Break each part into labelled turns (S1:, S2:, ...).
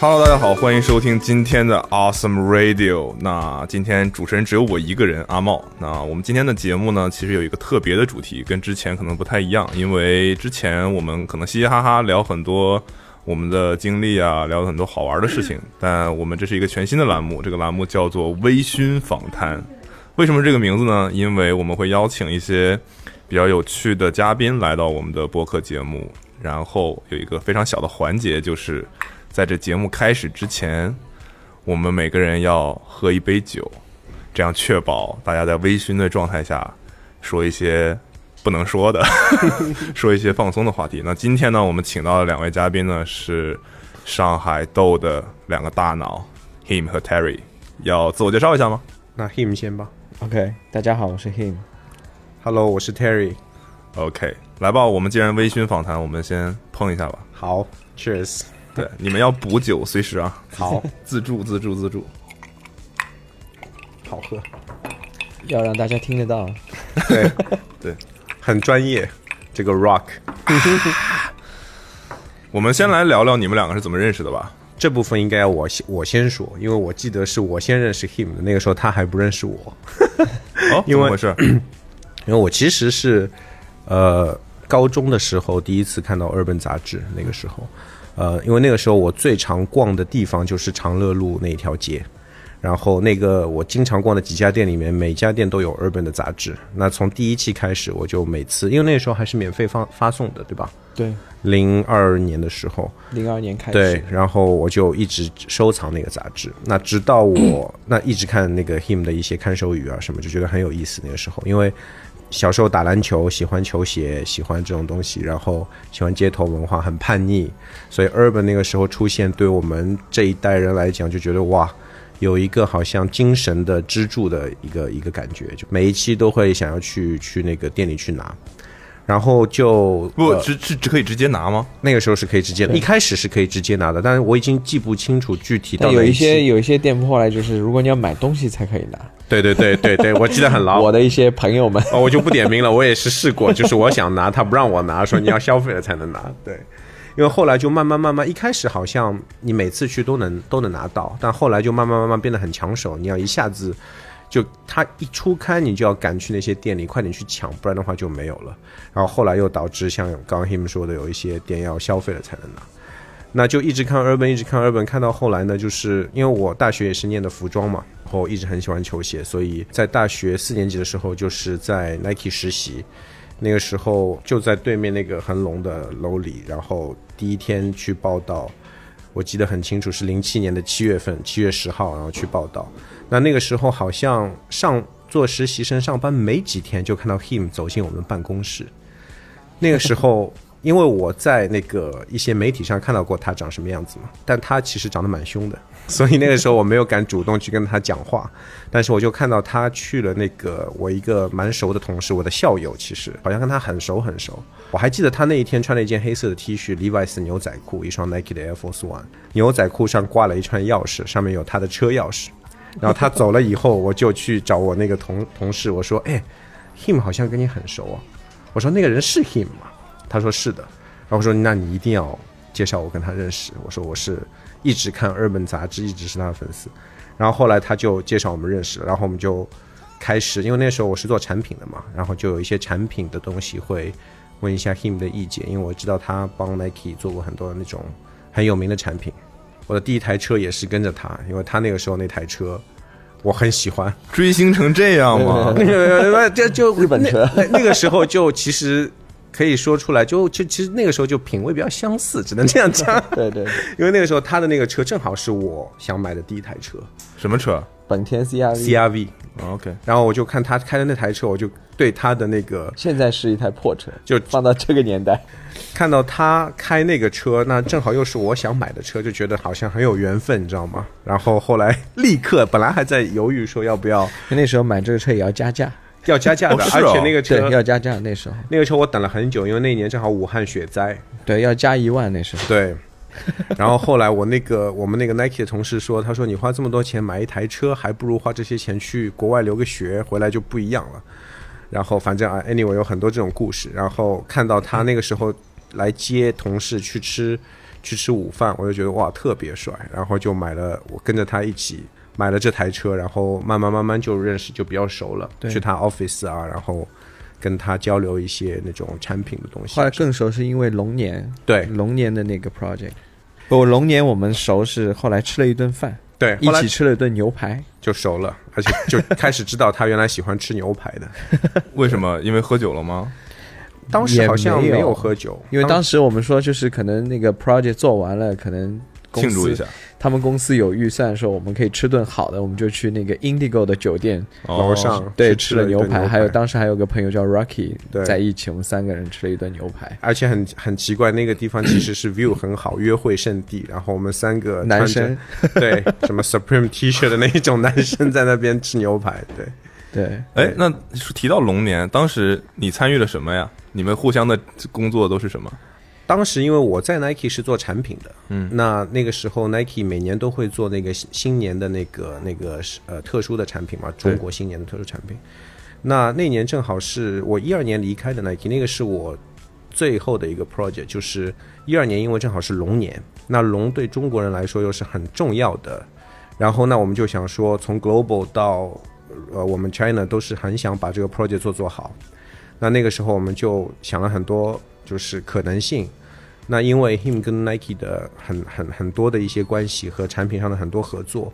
S1: Hello，大家好，欢迎收听今天的 Awesome Radio。那今天主持人只有我一个人，阿茂。那我们今天的节目呢，其实有一个特别的主题，跟之前可能不太一样，因为之前我们可能嘻嘻哈哈聊很多我们的经历啊，聊很多好玩的事情，但我们这是一个全新的栏目，这个栏目叫做微醺访谈。为什么这个名字呢？因为我们会邀请一些比较有趣的嘉宾来到我们的播客节目，然后有一个非常小的环节，就是在这节目开始之前，我们每个人要喝一杯酒，这样确保大家在微醺的状态下说一些不能说的， 说一些放松的话题。那今天呢，我们请到的两位嘉宾呢是上海豆的两个大脑 him 和 Terry，要自我介绍一下吗？
S2: 那 him 先吧。
S3: OK，大家好，我是 Him。
S2: Hello，我是 Terry。
S1: OK，来吧，我们既然微醺访谈，我们先碰一下吧。
S2: 好，Cheers。
S1: 对，你们要补酒，随时啊，
S2: 好，
S1: 自助，自助，自助。
S2: 好喝，
S3: 要让大家听得到，
S2: 对
S1: 对，
S2: 很专业。这个 Rock
S1: 我们先来聊聊你们两个是怎么认识的吧。
S2: 这部分应该我先我先说，因为我记得是我先认识 him 的，那个时候他还不认识我。
S1: 哦，
S2: 因
S1: 怎
S2: 为
S1: 么回事？
S2: 因为我其实是呃高中的时候第一次看到《Urban》杂志，那个时候，呃，因为那个时候我最常逛的地方就是长乐路那一条街。然后那个我经常逛的几家店里面，每家店都有 Urban 的杂志。那从第一期开始，我就每次，因为那个时候还是免费发发送的，对吧？
S3: 对，
S2: 零二年的时候，
S3: 零二年开始，
S2: 对，然后我就一直收藏那个杂志。那直到我 那一直看那个 him 的一些看守语啊什么，就觉得很有意思。那个时候，因为小时候打篮球，喜欢球鞋，喜欢这种东西，然后喜欢街头文化，很叛逆。所以 urban 那个时候出现，对我们这一代人来讲，就觉得哇。有一个好像精神的支柱的一个一个感觉，就每一期都会想要去去那个店里去拿，然后就
S1: 不
S2: 呃
S1: 直是只可以直接拿吗？
S2: 那个时候是可以直接，一开始是可以直接拿的，但是我已经记不清楚具体到
S3: 但
S2: 哪
S3: 有一
S2: 一
S3: 些
S2: 期
S3: 有一些店铺后来就是，如果你要买东西才可以拿。
S2: 对对对对 对，我记得很牢。
S3: 我的一些朋 友们，
S2: 哦，我就不点名了，我也是试过，就是我想拿，他不让我拿，说你要消费了才能拿。对，因为后来就慢慢慢慢，一开始好像你每次去都能都能拿到，但后来就慢慢慢慢变得很抢手，你要一下子就它一出刊，你就要赶去那些店里快点去抢，不然的话就没有了。然后后来又导致像刚刚 him 说的，有一些店要消费了才能拿。那就一直看 urban，一直看 urban，看到后来呢，就是因为我大学也是念的服装嘛，然后一直很喜欢球鞋，所以在大学四年级的时候，就是在 Nike 实习，那个时候就在对面那个恒隆的楼里，然后第一天去报道，我记得很清楚是零七年的七月份，七月十号，然后去报道。那那个时候好像上做实习生上班没几天，就看到 him 走进我们办公室，那个时候，因为我在那个一些媒体上看到过他长什么样子嘛，但他其实长得蛮凶的，所以那个时候我没有敢主动去跟他讲话，但是我就看到他去了那个我一个蛮熟的同事，我的校友，其实好像跟他很熟很熟。我还记得他那一天穿了一件黑色的 T 恤，Levi's 牛仔裤，一双 Nike 的 Air Force One，牛仔裤上挂了一串钥匙，上面有他的车钥匙。然后他走了以后，我就去找我那个同同事，我说：“哎，him 好像跟你很熟啊。”我说那个人是 him 吗？他说是的。然后我说那你一定要介绍我跟他认识。我说我是一直看 Urban 杂志，一直是他的粉丝。然后后来他就介绍我们认识了，然后我们就开始，因为那时候我是做产品的嘛，然后就有一些产品的东西会问一下 him 的意见，因为我知道他帮 Nike 做过很多那种很有名的产品。我的第一台车也是跟着他，因为他那个时候那台车我很喜欢，
S1: 追星成这样 吗？
S2: 呃，这就
S3: 日本车。
S2: 那那那个时候就其实可以说出来，就就其实那个时候就品味比较相似，只能这样讲
S3: 对对，
S2: 因为那个时候他的那个车正好是我想买的第一台车
S3: 嗯
S1: 什么车
S3: 本田 CRV
S2: ，CRV，
S1: ？OK，
S2: 然后我就看他开的那台车，我就对他的那个
S3: 现在是一台破车，
S2: 就
S3: 放到这个年代，
S2: 看到他开那个车，那正好又是我想买的车，就觉得好像很有缘分，你知道吗？然后后来立刻本来还在犹豫说要不要
S3: 那时候买这个车也要加价，
S2: 要加价的，
S1: 哦是
S2: 而
S1: 哦
S2: 且那个
S3: 对，
S2: 车
S3: 要加价。那时候，
S2: 那个车我等了很久，因为那一年正好武汉雪灾，
S3: 对，要加一万。那时候，
S2: 对。然后后来我那个我们那个 Nike 的同事说，他说你花这么多钱买一台车，还不如花这些钱去国外留个学，回来就不一样了。然后反正啊，anyway 有很多这种故事。然后看到他那个时候来接同事去吃去吃午饭，我就觉得哇特别帅，然后就买了，我跟着他一起买了这台车，然后慢慢慢慢就认识就比较熟了，
S3: 对
S2: 去他 office 啊，然后跟他交流一些那种产品的东西
S3: 后。来更熟是因为龙年，
S2: 对
S3: 龙年的那个 project。不，龙年我们熟是后来吃了一顿饭，
S2: 对，
S3: 一
S2: 后来
S3: 起吃了一顿牛排，
S2: 就熟了，而且就开始知道他原来喜欢吃牛排 的。
S1: 为什么？因为喝酒了吗？
S2: 当时好像
S3: 也没有
S2: 没有喝酒，
S3: 因为当时我们说就是可能那个 project 做完了，可能公司
S1: 庆祝一下。
S3: 他们公司有预算说我们可以吃顿好的，我们就去那个 Indigo 的酒店，
S1: 哦
S2: 楼上
S3: 对，
S2: 啊去
S3: 吃
S2: 吃
S3: 了
S2: 了一
S3: 牛
S2: 顿牛
S3: 还有
S2: 排
S3: 当时还有个朋友叫 Rocky，
S2: 对
S3: 在一起，我们三个人吃了一顿牛排。
S2: 而且很很奇怪，那个地方其实是 view 很好，约会圣地。然后我们三个
S3: 男
S2: 穿着
S3: 生，
S2: 对什么 Supreme T 恤的那一种男生在那边吃牛排，对，
S3: 对，
S1: 哎，那提到龙年，当时你参与了什么呀？你们互相的工作都是什么？
S2: 当时因为我在 Nike 是做产品的，嗯，那那个时候 Nike 每年都会做那个新新年的那个那个呃特殊的产品嘛，中国新年的特殊产品。那那年正好是我一二年离开的 Nike，那个是我最后的一个 project，就是一二年，因为正好是龙年，那龙对中国人来说又是很重要的。然后呢，我们就想说，从 global 到呃我们 China 都是很想把这个 project 做做好。那那个时候我们就想了很多，就是可能性。那因为 him 跟 Nike 的很很很多的一些关系和产品上的很多合作，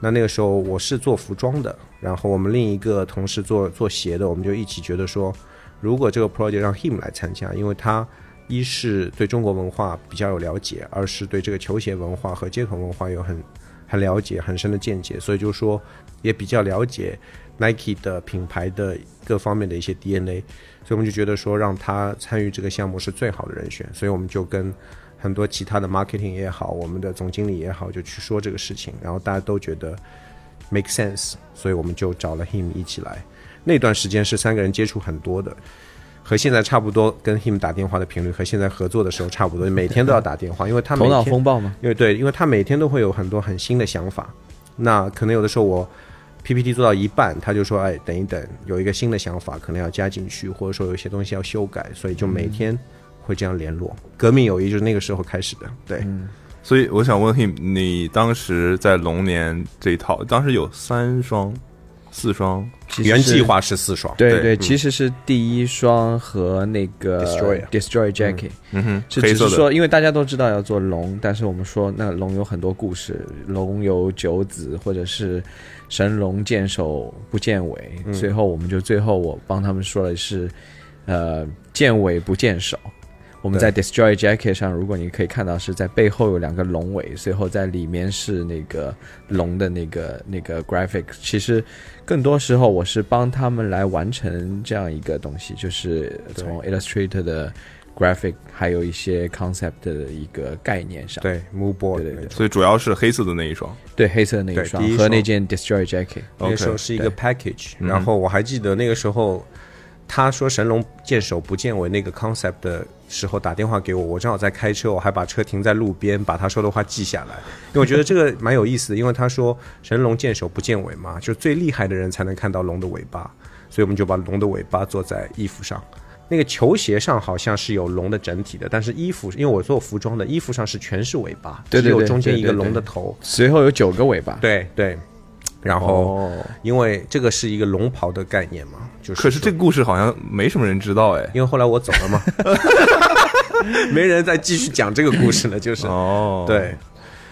S2: 那那个时候我是做服装的，然后我们另一个同事做做鞋的，我们就一起觉得说，如果这个 project 让 him 来参加，因为他一是对中国文化比较有了解，二是对这个球鞋文化和街头文化有很很了解、很深的见解，所以就说也比较了解 Nike 的品牌的各方面的一些 DNA，所以我们就觉得说让他参与这个项目是最好的人选，所以我们就跟很多其他的 marketing 也好，我们的总经理也好，就去说这个事情，然后大家都觉得 make sense，所以我们就找了 him 一起来。那段时间是三个人接触很多的，和现在差不多，跟 him 打电话的频率和现在合作的时候差不多，每天都要打电话，因为他每
S3: 头脑
S2: 天
S3: 风暴嘛，
S2: 因为对，因为他每天都会有很多很新的想法。那可能有的时候我 PPT 做到一半，他就说：“哎，等一等，有一个新的想法，可能要加进去，或者说有一些东西要修改。”所以就每天会这样联络。革命友谊就是那个时候开始的。对，
S3: 嗯
S1: 所以我想问 him，你当时在龙年这一套，当时有三双、四双，
S3: 其实
S2: 原
S3: 是
S2: 计划嗯是四双。
S3: 对
S1: 对
S3: 对，其实是第一双和那个
S2: Destroyer
S3: Destroy Jacket，
S1: 嗯哼，
S3: 是
S1: 黑
S3: 只
S1: 色
S3: 是
S1: 的，
S3: 说，因为大家都知道要做龙，但是我们说那龙有很多故事，龙有九子或者是神龙见首不见尾，
S1: 嗯
S3: 最后我们就最后我帮他们说的是，呃，见尾不见首。我们在 Destroy Jacket 上，如果你可以看到是在背后有两个龙尾，随后在里面是那个龙的那个那个 graphic。其实更多时候我是帮他们来完成这样一个东西，就是从 Illustrator 的 graphic 还有一些 concept 的一个概念上。
S2: 对，move board
S3: 对对
S2: 那种。
S1: 所以主要是黑色的那一双。
S3: 对黑色的那一
S2: 对
S3: 双
S2: 第一
S3: 和
S2: 双
S3: 那件 Destroy Jacket。
S2: 那个时候
S1: OK，
S2: 是一个 package，然
S3: 嗯
S2: 后我还记得那个时候，他说神龙见首不见尾那个 concept 的时候打电话给我，我正好在开车，我还把车停在路边，把他说的话记下来，因为我觉得这个蛮有意思的，因为他说神龙见首不见尾嘛，就最厉害的人才能看到龙的尾巴，所以我们就把龙的尾巴做在衣服上。那个球鞋上好像是有龙的整体的，但是衣服因为我做服装的，衣服上是全是尾巴，
S3: 对对
S2: 只
S3: 对
S2: 有中间一个
S3: 对对
S2: 龙的
S3: 对
S2: 头。
S3: 随后有九个尾巴。
S2: 对对，然后
S3: 哦，
S2: 因为这个是一个龙袍的概念嘛，就是
S1: 可是这个故事好像没什么人知道哎。
S2: 因为后来我走了嘛，没人再继续讲这个故事了，就是、
S1: 哦，
S2: 对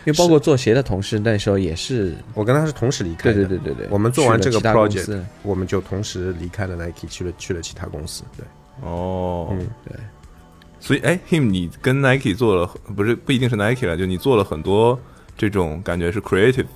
S3: 因为包括做鞋的同事那时候也是，
S2: 我跟他是同时离开
S3: 对
S2: 的，
S3: 对对对对，
S2: 我们做完这个
S3: 去了其他公司
S2: project，我们就同时离开了 Nike，去了去了其他公司，对。
S1: 哦，
S3: 嗯对。
S1: 所以哎，him，你跟 Nike 做了不是不一定是 Nike 了，就你做了很多这种感觉是 creative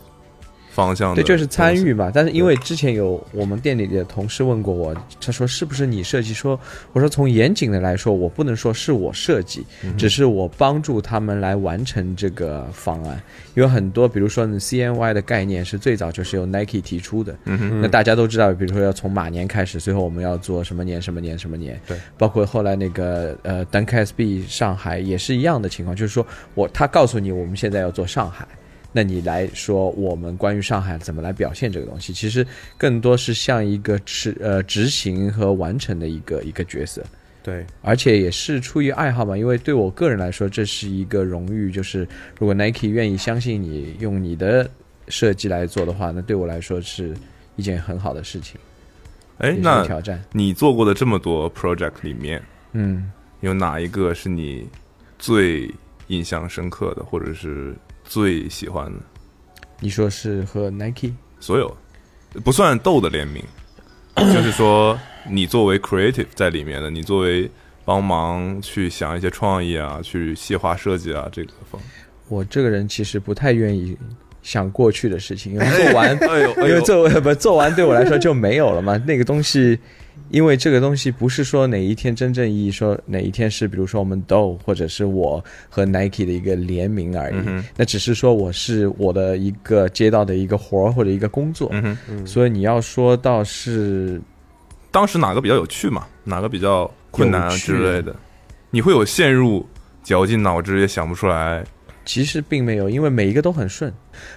S1: 方向的
S3: 对，
S1: 东西，
S3: 就是参与嘛。但是因为之前有我们店里的同事问过我，他说是不是你设计？说我说从严谨的来说，我不能说是我设计，只是我帮助他们来完成这个方案。有很多，比如说你 CNY 的概念是最早就是由 Nike 提出的，那大家都知道，比如说要从马年开始，最后我们要做什么年什么年什么年，
S2: 对，
S3: 包括后来那个呃 d u n k SB 上海也是一样的情况，就是说我他告诉你我们现在要做上海。那你来说，我们关于上海怎么来表现这个东西，其实更多是像一个执呃执行和完成的一个一个角色。
S2: 对，
S3: 而且也是出于爱好嘛，因为对我个人来说，这是一个荣誉，就是如果 Nike 愿意相信你用你的设计来做的话，那对我来说是一件很好的事情，
S1: 哎
S3: 也，是个
S1: 那
S3: 挑战。
S1: 你做过的这么多 project 里面，
S3: 嗯，
S1: 有哪一个是你最印象深刻的，或者是最喜欢的？
S3: 你说是和 Nike
S1: 所有不算豆的联名， 就是说你作为 creative 在里面的，你作为帮忙去想一些创意啊，去细化设计啊，这个方。
S3: 我这个人其实不太愿意想过去的事情，因为 做完，
S1: 哎呦哎
S3: 因为
S1: 呦，
S3: 做呃不做完对我来说就没有了嘛。 那个东西，因为这个东西不是说哪一天真正意义说哪一天是，比如说我们 Dole 或者是我和 Nike 的一个联名而已。
S1: 嗯哼
S3: 那只是说我是我的一个接到的一个活儿或者一个工作，
S1: 嗯哼，
S3: 所以你要说到是
S1: 当时哪个比较有趣嘛？哪个比较困难啊
S3: 有趣
S1: 之类的？你会有陷入绞尽脑汁也想不出来。
S3: 其实并没有，因为每一个都很顺，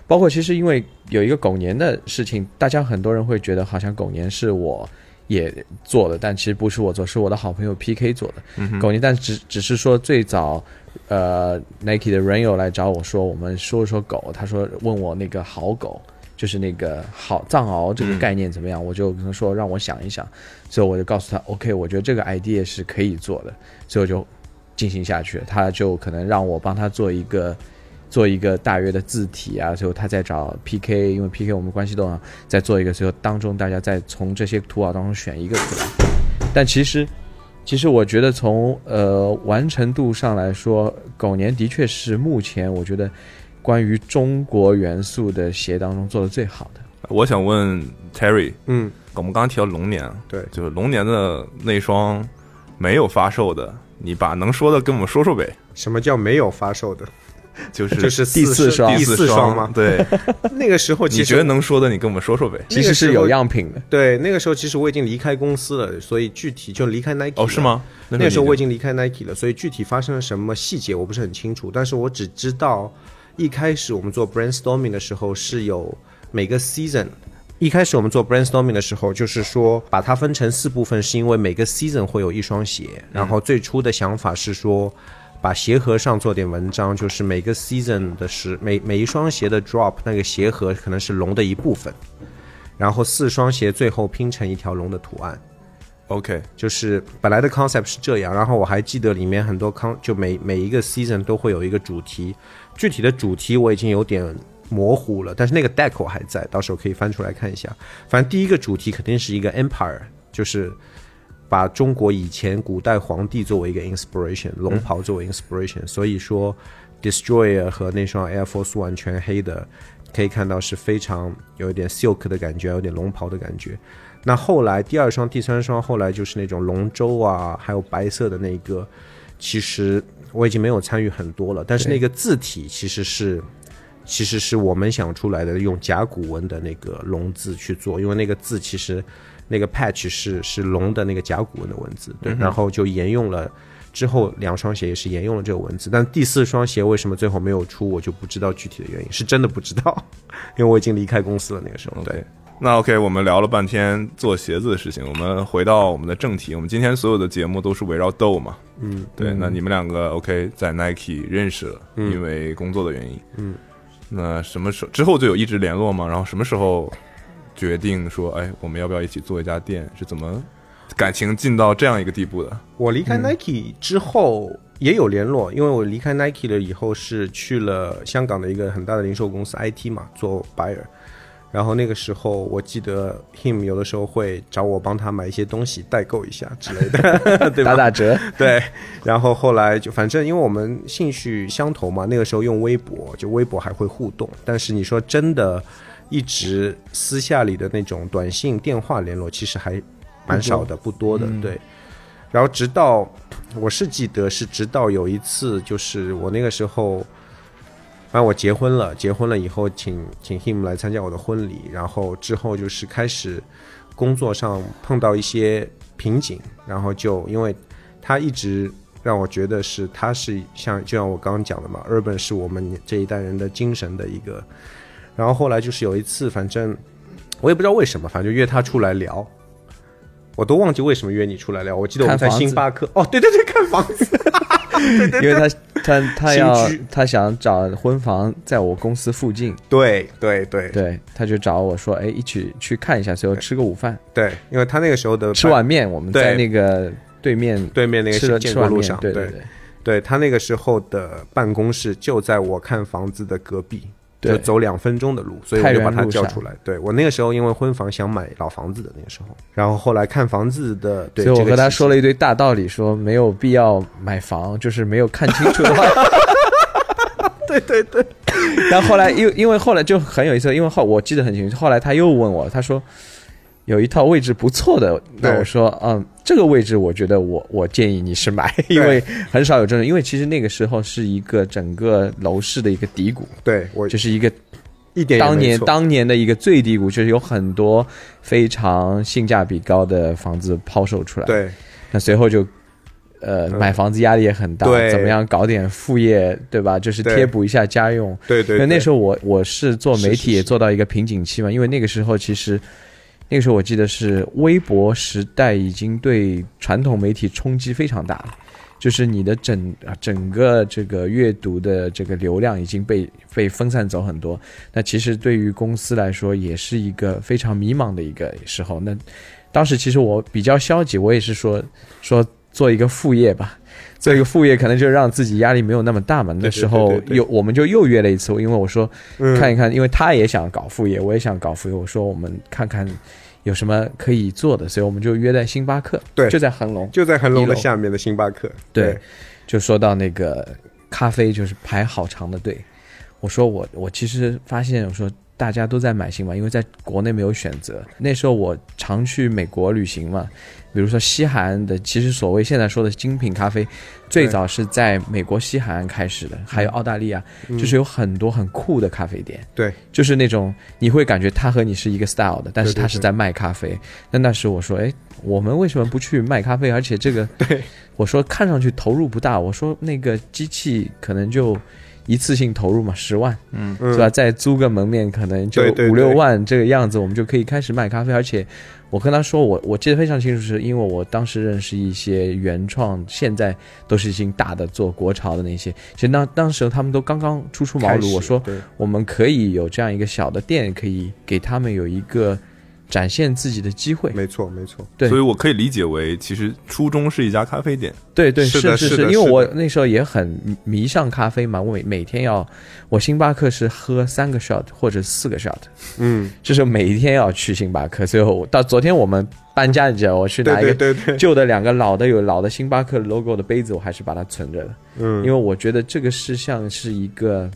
S3: 包括其实因为有一个狗年的事情，大家很多人会觉得好像狗年是我也做的，但其实不是我做，是我的好朋友 PK 做的。
S1: 嗯哼，
S3: 狗年，但只只是说最早，呃，Nike 的 Reno 来找我说，我们说一说狗，他说问我那个好狗，就是那个好藏獒这
S1: 嗯
S3: 个概念怎么样，我就跟他说让我想一想，所以我就告诉他，OK，我觉得这个 idea 是可以做的，所以我就进行下去，他就可能让我帮他做一个。做一个大约的字体啊，最后他再找 PK，因为 PK 我们关系都好，再做一个，最后当中大家再从这些图稿啊当中选一个出来。但其实其实我觉得从呃完成度上来说，狗年的确是目前我觉得关于中国元素的鞋当中做的最好的。
S1: 我想问 Terry，
S2: 嗯，
S1: 我们刚刚提到龙年啊，
S2: 对
S1: 就是龙年的那双没有发售的，你把能说的跟我们说说呗。
S2: 什么叫没有发售的？
S1: 就是
S2: 就是
S3: 第四
S2: 四
S3: 双
S2: 第
S1: 第
S2: 四
S1: 四
S2: 双
S1: 双
S2: 吗？
S1: 对，
S2: 那个时候
S1: 你
S2: 其
S1: 觉得
S2: 实
S1: 能说的，你跟我们说说呗。
S3: 其实是有样品的，
S2: 对，那个时候其实我已经离开公司了，所以具体就离开 Nike
S1: 哦，
S2: 了
S1: 是？吗？
S2: 那个时候
S1: 你
S2: 我已经离开 Nike 了，所以具体发生了什么细节我不是很清楚，但是我只知道一开始我们做 brainstorming 的时候是有每个 season。一开始我们做 brainstorming 的时候，就是说把它分成四部分，是因为每个 season 会有一双鞋。然后最初的想法是说，把鞋盒上做点文章，就是每个 season 的时每每一双鞋的 drop 那个鞋盒可能是龙的一部分，然后四双鞋最后拼成一条龙的图案。
S1: OK，
S2: 就是本来的 concept 是这样，然后我还记得里面很多 con 就每每一个 season 都会有一个主题，具体的主题我已经有点模糊了，但是那个 deck 我还在，到时候可以翻出来看一下。反正第一个主题肯定是一个 empire，就是把中国以前古代皇帝作为一个 inspiration，龙袍作为 inspiration，、所以说 destroyer 和那双 Air Force One 全黑的，可以看到是非常有一点 silk 的感觉，有点龙袍的感觉。那后来第二双、第三双，后来就是那种龙舟啊，还有白色的那个，其实我已经没有参与很多了。但是那个字体其实是，其实是我们想出来的，用甲骨文的那个龙字去做，因为那个字其实那个 patch 是是龙的那个甲骨文的文字，对，然后就沿用了。之后两双鞋也是沿用了这个文字，但第四双鞋为什么最后没有出，我就不知道具体的原因，是真的不知道，因为我已经离开公司了那个时候。对，
S1: 那 OK，我们聊了半天做鞋子的事情，我们回到我们的正题。我们今天所有的节目都是围绕豆嘛，嗯，对。那你们两个 OK 在 Nike 认识了，因为工作的原因，嗯。那什么时候之后就有一直联络吗？然后什么时候决定说，哎，我们要不要一起做一家店？是怎么感情进到这样一个地步的？
S2: 我离开 Nike 之后也有联络，因为我离开 Nike 了以后是去了香港的一个很大的零售公司 IT 嘛，做 buyer。然后那个时候我记得 him 有的时候会找我帮他买一些东西代购一下之类的，对吧？
S3: 打打折。
S2: 对，然后后来就反正因为我们兴趣相投嘛，那个时候用微博，就微博还会互动。但是你说真的，一直私下里的那种短信、电话联络，其实还蛮少的，不多的。对。然后直到我是记得是直到有一次，就是我那个时候，反正我结婚了，结婚了以后请请 him 来参加我的婚礼，然后之后就是开始工作上碰到一些瓶颈，然后就因为他一直让我觉得是他是像就像我刚刚讲的嘛，urban 是我们这一代人的精神的一个。然后后来就是有一次，反正我也不知道为什么，反正就约他出来聊，我都忘记为什么约你出来聊。我记得我们在
S3: 看房子
S2: 星巴克，哦，对对对，看房子， 对对
S3: 因为他他 他要
S2: 新居
S3: 他想找婚房，在我公司附近，
S2: 对对对对
S3: 对，他就找我说，哎，一起去看一下，随后吃个午饭，
S2: 对，因为他那个时候的
S3: 吃碗面，我们在
S2: 对
S3: 那个对面
S2: 对面那
S3: 吃了
S2: 个建
S3: 吃
S2: 国
S3: 碗
S2: 路
S3: 面
S2: 上，，
S3: 对
S2: 对
S3: 对，
S2: 对他那个时候的办公室就在我看房子的隔壁，
S3: 对
S2: 就走两分钟的路，所以我就把
S3: 太原
S2: 他
S3: 路
S2: 叫
S3: 上
S2: 出来。对我那个时候因为婚房想买老房子的那个时候，然后后来看房子的，对，
S3: 所以我
S2: 这个
S3: 和他
S2: 期
S3: 说了一堆大道理，说没有必要买房，就是没有看清楚 的话。
S2: 对对对，
S3: 但后来因为因为后来就很有意思，因为后我记得很清楚，后来他又问我，他说有一套位置不错的，那
S2: 对
S3: 我说嗯，这个位置我觉得我我建议你是买，因为很少有这种，因为其实那个时候是一个整个楼市的一个低谷，
S2: 对我
S3: 就是一个
S2: 一点也
S3: 当
S2: 没
S3: 年
S2: 错
S3: 当年的一个最低谷，就是有很多非常性价比高的房子抛售出来，
S2: 对
S3: 那随后就，呃，买房子压力也很大，
S2: 嗯对
S3: 怎么样搞点副业，对吧？就是
S2: 对
S3: 贴补一下家用。
S2: 对对，
S3: 因为那
S2: 对
S3: 时候我我是做媒
S2: 是是
S3: 体，也
S2: 是
S3: 做到一个瓶颈期嘛。因为那个时候其实，那个时候我记得是微博时代已经对传统媒体冲击非常大了，就是你的整啊整个这个阅读的这个流量已经被被分散走很多。那其实对于公司来说也是一个非常迷茫的一个时候。那当时其实我比较消极，我也是说说做一个副业吧，做一个副业可能就让自己压力没有那么大嘛。那
S2: 对
S3: 时候
S2: 对对对
S3: 又我们就又约了一次，因为我说
S2: 嗯
S3: 看一看，因为他也想搞副业，我也想搞副业，我说我们看看有什么可以做的，所以我们就约在星巴克，
S2: 对
S3: 就在恒隆，
S2: 就在恒隆
S3: 一楼
S2: 的下面的星巴克，
S3: 对就说到那个咖啡，就是排好长的队。我说我我其实发现，我说大家都在买新嘛，因为在国内没有选择。那时候我常去美国旅行嘛，比如说西海岸的，其实所谓现在说的精品咖啡，最早是在美国西海岸开始的，还有澳大利亚，就是有很多很酷的咖啡店。
S2: 对
S3: 就是那种你会感觉他和你是一个 style 的，但是他是在卖咖啡。那那时我说，哎，我们为什么不去卖咖啡？而且 这个，对，我说看上去投入不大，我说那个机器可能就一次性投入嘛，十万，嗯，是吧？再租个门面，可能就
S2: 对对
S3: 五
S2: 对
S3: 六万这个样子，我们就可以开始卖咖啡。而且我跟他说，我我记得非常清楚，是因为我当时认识一些原创，现在都是已经大的做国潮的那些，其实当当时候他们都刚刚初出茅
S2: 开
S3: 庐，我
S2: 始
S3: 说。
S2: 对
S3: 我们可以有这样一个小的店，可以给他们有一个展现自己的机会。
S2: 没错没错，
S3: 对
S1: 所以我可以理解为，其实初中是一家咖啡店，
S3: 对对，
S2: 是
S3: 是
S2: 的是的
S3: 因为
S2: 是的
S3: 我那时候也很迷上咖啡嘛，我每每天要，我星巴克是喝三个 shot 或者四个 shot，
S2: 嗯，
S3: 就是每一天要去星巴克。所以我到昨天我们搬家，你知道，我去
S2: 对
S3: 拿一
S2: 对
S3: 个
S2: 对对，
S3: 旧的两个老的有老的星巴克 logo 的杯子，我还是把它存着的，因
S2: 嗯
S3: 为我觉得这个是像是一个。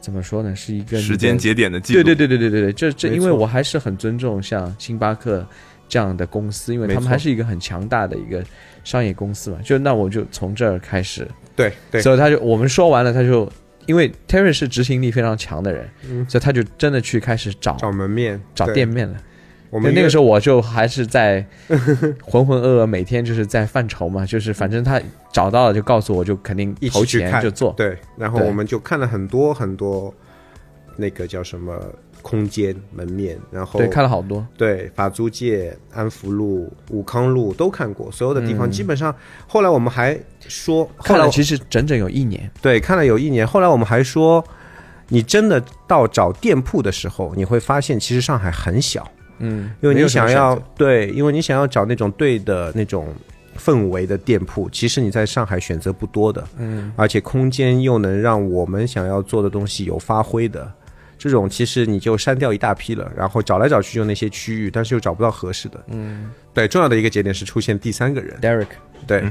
S3: 怎么说呢？是一个你的
S1: 时间节点的记录。
S3: 对对对对对对对，这这，
S2: 没
S3: 因为
S2: 错
S3: 我还是很尊重像星巴克这样的公司，因为
S2: 没
S3: 他们还
S2: 错
S3: 是一个很强大的一个商业公司嘛。就那我就从这儿开始，
S2: 对对
S3: 所以他就我们说完了，他就因为 Terry 是执行力非常强的人，所以他就真的去开始找
S2: 嗯找门面
S3: 找
S2: 对
S3: 店面了。
S2: 我们
S3: 对那个时
S2: 候
S3: 候我就还 是在浑浑噩噩，每天就是在犯愁嘛，就是反正他找到了就告诉我，就肯定
S2: 一
S3: 投
S2: 起去
S3: 钱
S2: 看
S3: 就做。
S2: 对，然后
S3: 对
S2: 我们就看了很多很多那个叫什么空间门面，然后
S3: 对，看了好多，
S2: 对法租界、安福路、武康路都看过，所有的地方基本上。后来我们还说，后
S3: 嗯看
S2: 来
S3: 了
S2: 我
S3: 其实整整有一年。
S2: 对看了有一年，后来我们还说，你真的到找店铺的时候，你会发现其实上海很小。
S3: 嗯，
S2: 因为
S3: 没有
S2: 你
S3: 什
S2: 想
S3: 么选
S2: 要
S3: 择
S2: 对，因为你想要找那种对的那种氛围的店铺，其实你在上海选择不多的，嗯，而且空间又能让我们想要做的东西有发挥的，这种其实你就删掉一大批了，然后找来找去就那些区域，但是又找不到合适的，嗯，对，重要的一个节点是出现第三个人，
S3: Derek。
S2: 对，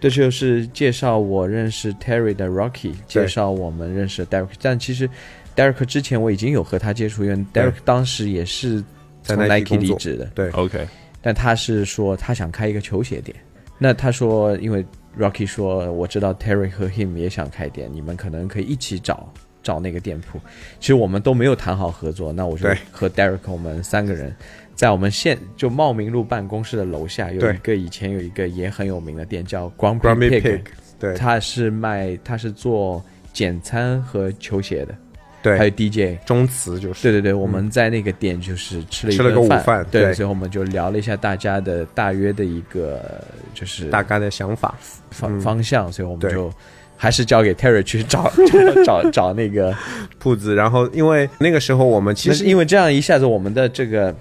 S3: 这就是介绍我认识 Terry 的 Rocky，
S2: 对
S3: 介绍我们认识的 Derek。但其实 Derek 之前我已经有和他接触，因为
S2: 对
S3: Derek 当时也是从
S2: 在 Nike 工
S3: 离
S2: 作
S3: 职的，
S1: OK，
S3: 但他是说他想开一个球鞋店。那他说，因为 Rocky 说我知道 Terry 和 him 也想开店，你们可能可以一起找找那个店铺。其实我们都没有谈好合作，那我就
S2: 对
S3: 和 Derek 我们三个人。在我们现就茂名路办公室的楼下有
S2: 对
S3: 一个以前有一个也很有名的店叫 Grumpy
S2: g r u m b y
S3: Pig，
S2: Pig，对
S3: 他是卖，他是做简餐和球鞋的。
S2: 对
S3: 还有 DJ。
S2: 中词就是
S3: 对对对，我们在那个店就是吃了
S2: 嗯
S3: 一
S2: 吃了个
S3: 顿
S2: 午饭对
S3: 对，所以我们就聊了一下大家的大约的一个就是
S2: 大概的想法。
S3: 方方向，所以我们
S2: 对
S3: 就还是交给 Terry 去找 找找找那个。
S2: 铺子，然后因为那个时候我们其
S3: 那
S2: 实
S3: 因为这样一下子我们的这个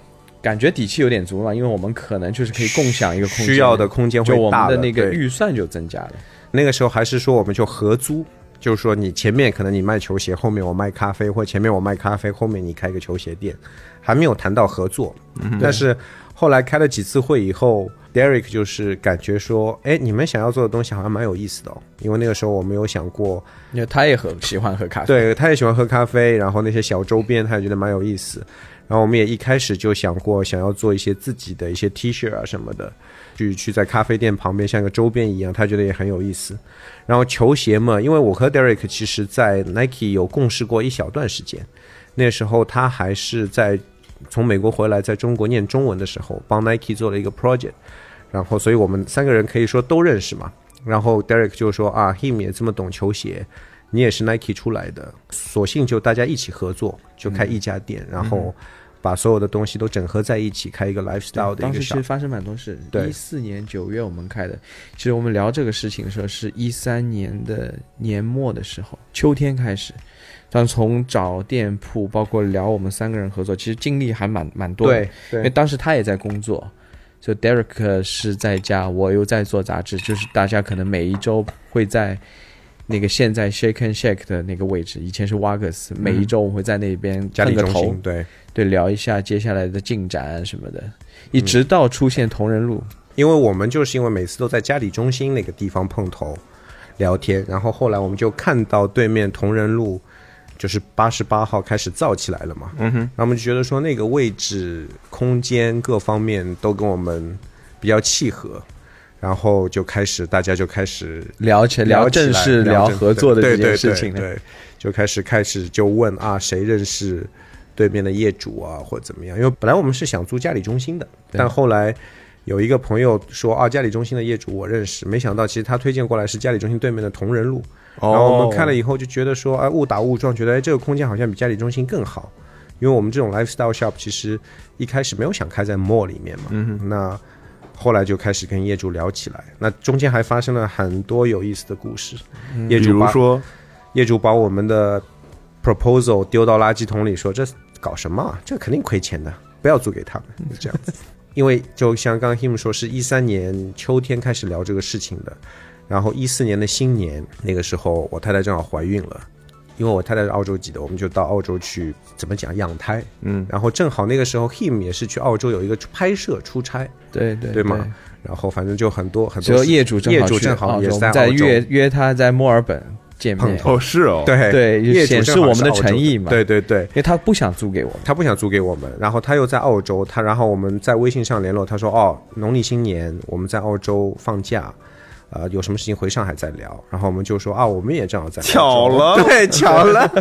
S3: 感觉底气有点足了，因为我们可能就是可以共享一个空间，
S2: 需要的空间
S3: 就
S2: 会
S3: 我
S2: 大了
S3: 们的那个
S2: 对
S3: 预算就增加了。
S2: 那个时候还是说我们就合租，就是说你前面可能你卖球鞋，后面我卖咖啡，或前面我卖咖啡，后面你开个球鞋店，还没有谈到合作。但是后来开了几次会以后，Derek 就是感觉说，哎，你们想要做的东西好像蛮有意思的、哦，因为那个时候我没有想过，
S3: 因为他也很喜欢喝咖啡，
S2: 对，他也喜欢喝咖啡，然后那些小周边他也觉得蛮有意思。然后我们也一开始就想过想要做一些自己的一些 T 恤啊什么的，去去在咖啡店旁边像个周边一样，他觉得也很有意思。然后球鞋嘛，因为我和 Derek 其实在 Nike 有共事过一小段时间，那时候他还是在从美国回来，在中国念中文的时候，帮 Nike 做了一个 project，然后所以我们三个人可以说都认识嘛。然后 Derek 就说啊，him 也这么懂球鞋，你也是 Nike 出来的，索性就大家一起合作，就开一家
S3: 嗯
S2: 店，然后把所有的东西都整合在一起，开一个 lifestyle 的一
S3: 当
S2: 个
S3: 时其
S2: 小
S3: 实。发生蛮多事。
S2: 对
S3: 一四年九月我们开的，其实我们聊这个事情的时候是一三年的年末的时候，秋天开始。但从找店铺，包括聊我们三个人合作，其实经历还蛮蛮多的。
S2: 对
S3: 因
S2: 对
S3: 为当时他也在工作，就 Derek 是在家，我又在做杂志，就是大家可能每一周会在那个现在 Shake and Shake 的那个位置，以前是 Wagas，每一周我会在那边
S2: 嗯家
S3: 碰
S2: 里
S3: 个
S2: 中
S3: 头
S2: 心，，对，
S3: 对，聊一下接下来的进展什么
S2: 嗯
S3: 的，一直到出现同人录，
S2: 因为我们就是因为每次都在家里中心那个地方碰头聊天，然后后来我们就看到对面同仁路就是八十八号开始造起来了嘛，嗯哼，然后我们就觉得说那个位置、空间各方面都跟我们比较契合，然后就开始大家就开始
S3: 聊起
S2: 聊起来
S3: 正式
S2: 聊
S3: 聊
S2: 正
S3: 合作的
S2: 对
S3: 这
S2: 对
S3: 件
S2: 对
S3: 事情
S2: 对
S3: 了。
S2: 对就开始开始就问啊，谁认识对面的业主啊，或者怎么样？因为本来我们是想租家里中心的，
S3: 对
S2: 但后来有一个朋友说啊，家里中心的业主我认识，没想到其实他推荐过来是家里中心对面的同仁路，
S1: 哦
S2: 然后我们看了以后就觉得说，哎，误打误撞，觉得哎这个空间好像比家里中心更好，因为我们这种 lifestyle shop 其实一开始没有想开在 mall 里面嘛，
S1: 嗯
S2: 那后来就开始跟业主聊起来，那中间还发生了很多有意思的故事，业
S1: 嗯比
S2: 主
S1: 如
S2: 把
S1: 说，
S2: 业主把我们的 proposal 丢到垃圾桶里，说这搞什么、啊？这肯定亏钱的，不要租给他们，
S3: 嗯
S2: 就这样子。因为就像刚刚 him 说，是一三年秋天开始聊这个事情的，然后一四年的新年那个时候，我太太正好怀孕了。因为我太太是澳洲籍的，我们就到澳洲去怎么讲养胎，
S1: 嗯，
S2: 然后正好那个时候 him 也是去澳洲有一个拍摄出差，
S3: 对对
S2: 对吗？然后反正就很多很
S3: 只
S2: 多
S3: 有
S2: 事情
S3: 业主正
S2: 业
S3: 好
S2: 主
S3: 去
S2: 正好
S3: 澳
S2: 也
S3: 洲，
S2: 是
S3: 我
S2: 在
S3: 们在
S2: 澳洲
S3: 约约他在墨尔本见
S2: 碰
S3: 面，
S1: 哦，是哦，，
S2: 对
S3: 对就
S2: 业主
S3: 显示
S2: 正好
S3: 我们
S2: 是
S3: 的
S2: 澳
S3: 诚
S2: 洲
S3: 意嘛
S2: 对对对，
S3: 因为他不想租给我们。
S2: 他不想租给我们，然后他又在澳洲，他然后我们在微信上联络，他说哦，农历新年我们在澳洲放假，呃，有什么事情回上海再聊。然后我们就说啊，我们也正好在澳
S1: 巧
S2: 洲
S1: 了
S2: 对，巧 了。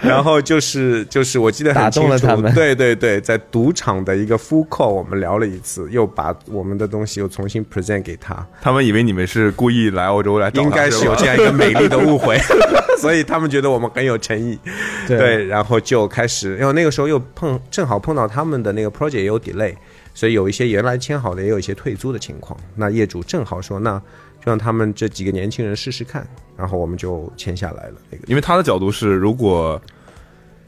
S2: 然后就是就是我记得很
S3: 打
S2: 清
S3: 动
S2: 楚，
S3: 了他们
S2: 对对对，在赌场的一个 full call，我们聊了一次，又把我们的东西又重新 present 给他，
S1: 他们以为你们是故意来澳洲来找他，
S2: 应该是
S1: 吧
S2: 有这样一个美丽的 误会，所以他们觉得我们很有诚意。对，然后就开始，因为那个时候又碰正好碰到他们的那个 project 也有 delay，所以有一些原来签好的，也有一些退租的情况。那业主正好说，那就让他们这几个年轻人试试看，然后我们就签下来了。那个
S1: 因为他的角度是，如果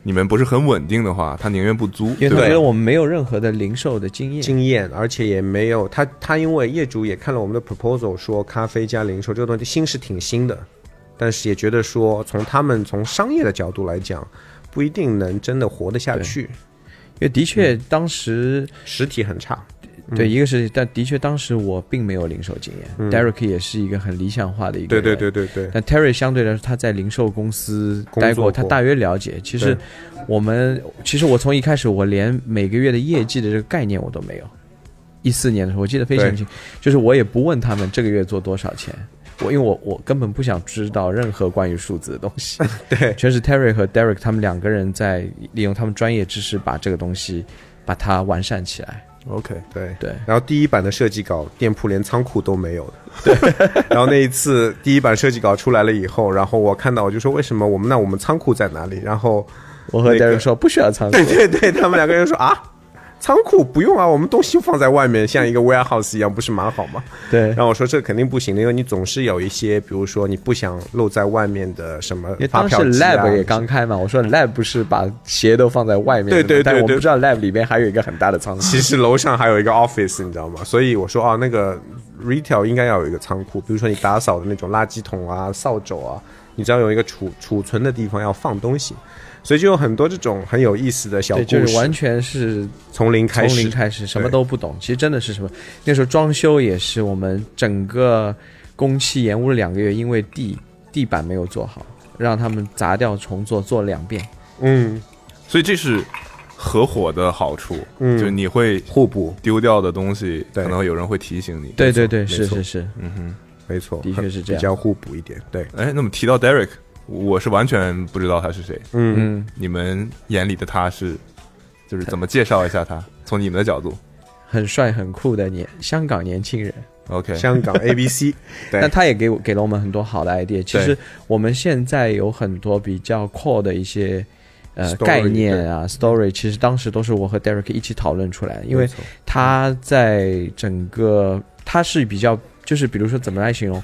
S1: 你们不是很稳定的话，他宁愿不租，
S3: 因为
S1: 对
S3: 他
S1: 吧
S3: 觉得我们没有任何的零售的经验，
S2: 经验，而且也没有他他因为业主也看了我们的 proposal，说咖啡加零售这个东西新是挺新的，但是也觉得说从他们从商业的角度来讲，不一定能真的活得下
S3: 对
S2: 去，
S3: 因为的确
S2: 嗯
S3: 当时、
S2: 实体很差。
S3: 对一个是，但的确当时我并没有零售经验、d e r e k 也是一个很理想化的一
S2: 嗯
S3: 个
S2: 对
S3: 人，
S2: 对对对对。
S3: 但 Terry 相对来说，他在零售公司
S2: 工作
S3: 待过，
S2: 过
S3: 他大约了解。其实
S2: 对
S3: 我们，其实我从一开始，我连每个月的业绩的这个概念我都没有。一四年的时候，我记得非常
S2: 对
S3: 清，就是我也不问他们这个月做多少钱，我因为我我根本不想知道任何关于数字的东 西。
S2: 对，
S3: 全是 Terry 和 Derek 他们两个人在利用他们专业知识把这个东西把它完善起来。
S1: OK，
S2: 对
S3: 对
S2: 然后第一版的设计稿，店铺连仓库都没 有的。对。然后那一次第一版设计稿出来了以后，然后我看到我就说为什么我们那我们仓库在哪里？然后
S3: 我和
S2: 那个
S3: Darren 说不需要仓库
S2: 对， 对对，他们两个人说啊，仓库不用啊，我们东西放在外面，像一个 warehouse 一样，不是蛮好吗？
S3: 对
S2: 然，后我说这肯定不行的，因为你总是有一些，比如说你不想露在外面的什么
S3: 因为
S2: 发
S3: 当时
S2: 票、啊、
S3: lab 也刚开嘛，我说 lab 不是把鞋都放在外面
S2: 对
S3: 的吗，
S2: 对对
S3: 但我
S2: 对
S3: 不知道 lab 里面还有一个很大的仓库。
S2: 其实楼上还有一个 office，你知道吗？所以我说啊，那个 retail 应该要有一个仓库，比如说你打扫的那种垃圾桶啊、扫帚啊，你只要有一个储储存的地方要放东西，所以就有很多这种很有意思的小故
S3: 对，
S2: 事，
S3: 就是完全是
S2: 从零
S3: 从
S2: 开始，
S3: 零哦开始，什么都不懂。其实真的是什么，那时候装修也是我们整个工期延误了两个月，因为地地板没有做好，让他们砸掉重做，做了两遍。
S2: 嗯，
S1: 所以这是合伙的好处，
S2: 嗯
S1: 就你会
S2: 互补，
S1: 丢掉的东西，
S2: 对
S1: 可能有人会提醒你。
S3: 对对对，是
S2: 错
S3: 是是，
S2: 没错，
S3: 的确是这样
S2: 比较互补一点，对，
S1: 哎，那么提到 Derek，我是完全不知道他是谁。
S2: 嗯，
S3: 嗯，
S1: 你们眼里的他是，就是怎么介绍一下他？从你们的角度
S3: 很帅很酷的年香港年轻人。
S1: ，OK，
S2: 香港 ABC，对
S3: 但他也给我给了我们很多好的 idea。其实我们现在有很多比较 core 的一些呃
S2: Story，
S3: 概念啊，story，其实当时都是我和 Derek 一起讨论出来的， 因为
S2: 没错
S3: 他在整个他是比较就是比如说怎么来形容。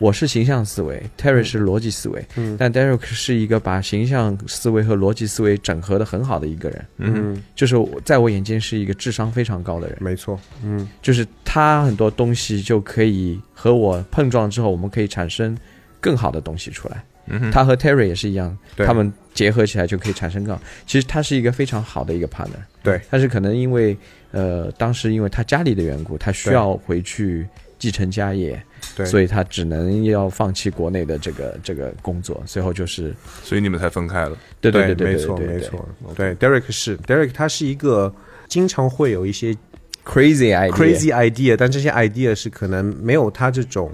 S3: 我是形象思维，Terry 是逻辑思维，
S2: 嗯
S3: 但 Derek 是一个把形象思维和逻辑思维整合的很好的一个人，
S2: 嗯，
S3: 就是我在我眼间是一个智商非常高的人。
S2: 没错，嗯，
S3: 就是他很多东西就可以和我碰撞之后，我们可以产生更好的东西出来。
S1: 嗯哼
S3: 他和 Terry 也是一样，
S2: 对
S3: 他们结合起来就可以产生更好。其实他是一个非常好的一个 partner，
S2: 对，
S3: 但是可能因为呃当时因为他家里的缘故，他需要回去继承家业，
S2: 对，
S3: 所以他只能要放弃国内的这个这个工作，最后就是
S1: 所以你们才分开了。
S3: 对对对
S2: 没
S3: 对
S2: 错
S3: 对
S2: 没
S3: 对
S2: 错，对，Derek 是 Derek，他是一个经常会有一些
S3: ，crazy idea
S2: crazy idea，但这些 idea 是可能没有他这种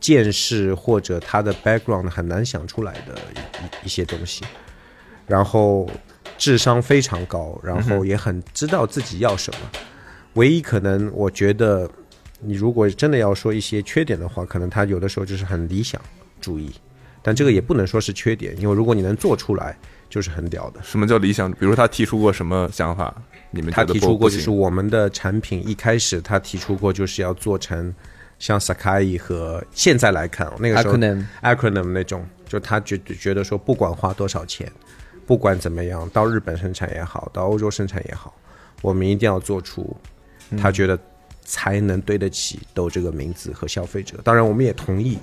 S2: 见识或者他的 background 很难想出来的一一一些东西。然后智商非常高，然后也很知道自己要什么。唯一可能我觉得，你如果真的要说一些缺点的话，可能他有的时候就是很理想主义，但这个也不能说是缺点，因为如果你能做出来，就是很屌的。
S1: 什么叫理想？比如他提出过什么想法？你们
S2: 他
S1: 觉得
S2: 提
S1: 不
S2: 出过，
S1: 不
S2: 就
S1: 行
S2: 是我们的产品一开始他提出过，就是要做成像 Sakai 和现在来看，那个时候
S3: acronym
S2: acronym 那种，就他觉觉得说，不管花多少钱，不管怎么样，到日本生产也好，到欧洲生产也好，我们一定要做出
S3: 嗯
S2: 他觉得才能对得起抖这个名字和消费者。当然，我们也同意，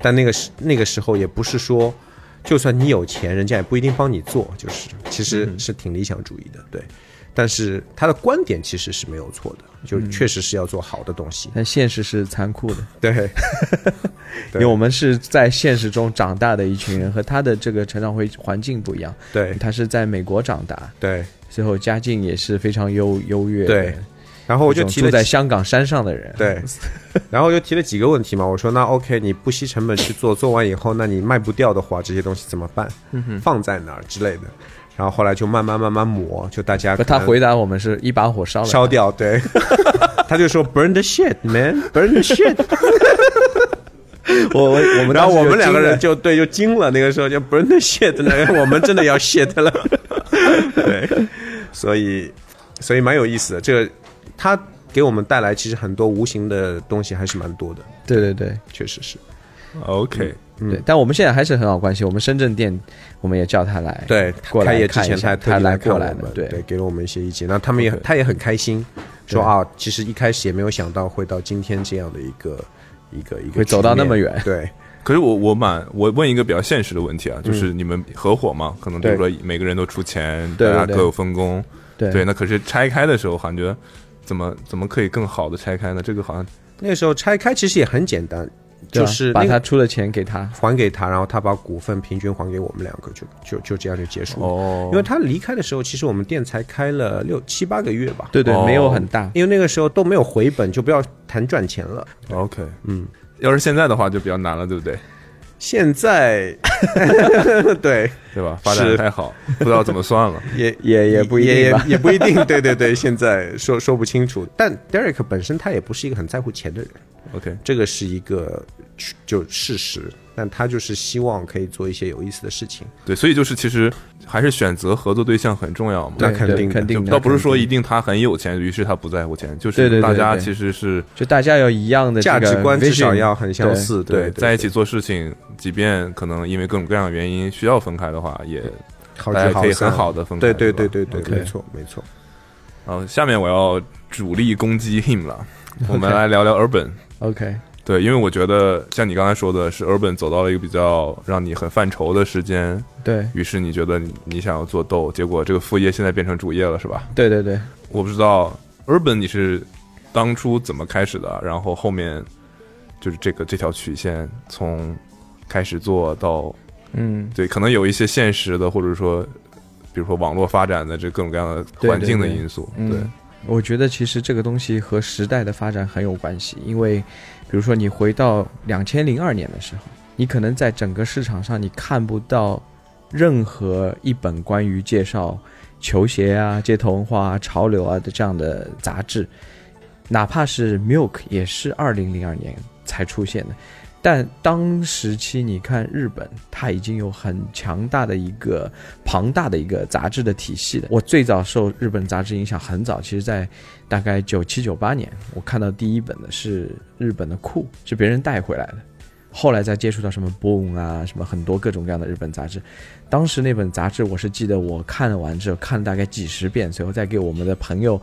S2: 但那个时那个时候也不是说。就算你有钱，人家也不一定帮你做，就是其实
S3: 嗯
S2: 是挺理想主义的，对。但是他的观点其实是没有错的，就
S3: 嗯
S2: 确实是要做好的东西。
S3: 但现实是残酷的。
S2: 对，
S3: 因为我们是在现实中长大的一群人，和他的这个成长环环境不一样。
S2: 对，
S3: 他是在美国长大，
S2: 对，
S3: 最后家境也是非常优优越的。
S2: 对然后我
S3: 我
S2: 就提了
S3: 住在
S2: 几
S3: 香港山上的人。
S2: 对，然后我就提了几个问题嘛。我说那 OK，你不惜成本去做，做完以后，那你卖不掉的话，这些东西怎么办？
S3: 嗯
S2: 放在哪儿之类的。然后后来就慢慢慢慢磨，就大家
S3: 不，他
S2: 可能
S3: 回答我们是一把火烧了他
S2: 烧。掉， 对，他就说 burn the shit man，burn the shit。
S3: 我我我们
S2: 然后我们两个人
S3: 当时
S2: 就对就惊了，那个时候就 burn the shit，那 个我们真的要 shit 了，对，所以所以蛮有意思的，这个它给我们带来其实很多无形的东西还是蛮多的，
S3: 就惊了对对对
S2: 确实是，嗯
S1: OK，
S3: 对，但我们现在还是很好关系。我们深圳店我们也叫他来，
S2: 对，
S3: 过来
S2: 开业之
S3: 看一
S2: 前
S3: 下
S2: 还特
S3: 他
S2: 地
S3: 来
S2: 看
S3: 过
S2: 我
S3: 来
S2: 们
S3: 的，
S2: 对
S3: 对，啊
S2: 给了我们一些意见，那他们也很他也很开心，说啊，其实一开始也没有想到会到今天这样的一个一个一个
S3: 会走到
S2: 局面
S3: 那么远
S2: 对，
S1: 可是我我蛮我问一个比较现实的问题
S3: 嗯
S1: 啊，就是你们合伙嘛，可能比如说每个人都出钱，
S3: 对
S1: 大家
S3: 对
S1: 各有分工，
S3: 对
S1: 那可是拆开的时候，感觉怎么怎么可以更好的拆开呢？这个好像
S2: 那个时候拆开其实也很简单，
S3: 对
S2: 就
S3: 吧
S2: 是
S3: 把
S2: 那个
S3: 他出的钱给他。
S2: 还给他，然后他把股份平均还给我们两个，就就就这样就结束了。
S1: 哦
S2: 因为他离开的时候，其实我们店才开了六七八个月吧，
S3: 对对
S1: 哦，
S3: 没有很大，
S2: 因为那个时候都没有回本，就不要谈赚钱了。
S1: 哦 OK，嗯，要是现在的话就比较难了，对不对？
S2: 现 在 对
S1: 对吧？发展得
S2: 是
S1: 太好，不知道怎么算 了。
S2: 也
S3: 也也不一定
S2: 也也
S3: 吧
S2: 也不一定，对对对，现在说说不清楚。但 Derek 本身他也不是一个很在乎钱的人，
S1: OK，
S2: 这个是一个就事实。但他就是希望可以做一些有意思的事情。
S1: 对，所以就是其实还是选择合作对象很重要嘛。
S2: 那
S3: 对
S2: 肯
S3: 对
S2: 定的
S3: 肯
S1: 就
S3: 定的，
S1: 倒不是说
S3: 肯
S1: 一
S3: 定
S1: 定他很有钱，于是他不在乎钱，就
S3: 对
S1: 是
S3: 对对
S1: 大家
S3: 对
S1: 其实是
S3: 就大家有一样的这
S2: 价
S3: 个
S2: 值观至少
S3: vision
S2: 要很相似，对，
S1: 在一起做事情，即便可能因为各种各样的原因需要分开的话，也
S2: 好
S1: 大
S2: 聚
S1: 家
S2: 好
S1: 可以
S2: 散
S1: 很好的分开。
S2: 对对
S1: 是吧
S2: 对对对，
S3: OK
S2: 没错没错。
S1: 然后下面我要主力攻击 him 了，我们来聊聊 Urban。
S3: OK，
S1: 对，因为我觉得像你刚才说的，是 Urban 走到了一个比较让你很犯愁的时间，
S3: 对
S1: 于是你觉得你你想要做豆，结果这个副业现在变成主业了，是吧？
S3: 对对对，
S1: 我不知道 Urban 你是当初怎么开始的，然后后面就是这个这条曲线从开始做到
S3: 嗯，
S1: 对，可能有一些现实的，或者说比如说网络发展的这各种各样的
S3: 对
S1: 环境的
S3: 对
S1: 因素，
S3: 嗯我觉得其实这个东西和时代的发展很有关系，因为比如说你回到两千零二年的时候，你可能在整个市场上你看不到任何一本关于介绍球鞋啊、街头文化啊、潮流啊的这样的杂志，哪怕是 Milk 也是二零零二年才出现的。但当时期，你看日本，它已经有很强大的一个庞大的一个杂志的体系的。我最早受日本杂志影响很早，其实在大概九七九八年，我看到第一本的是日本的酷，是别人带回来的。后来再接触到什么 Boom 啊，什么很多各种各样的日本杂志。当时那本杂志，我是记得我看了完之后，看了大概几十遍，随后再给我们的朋友，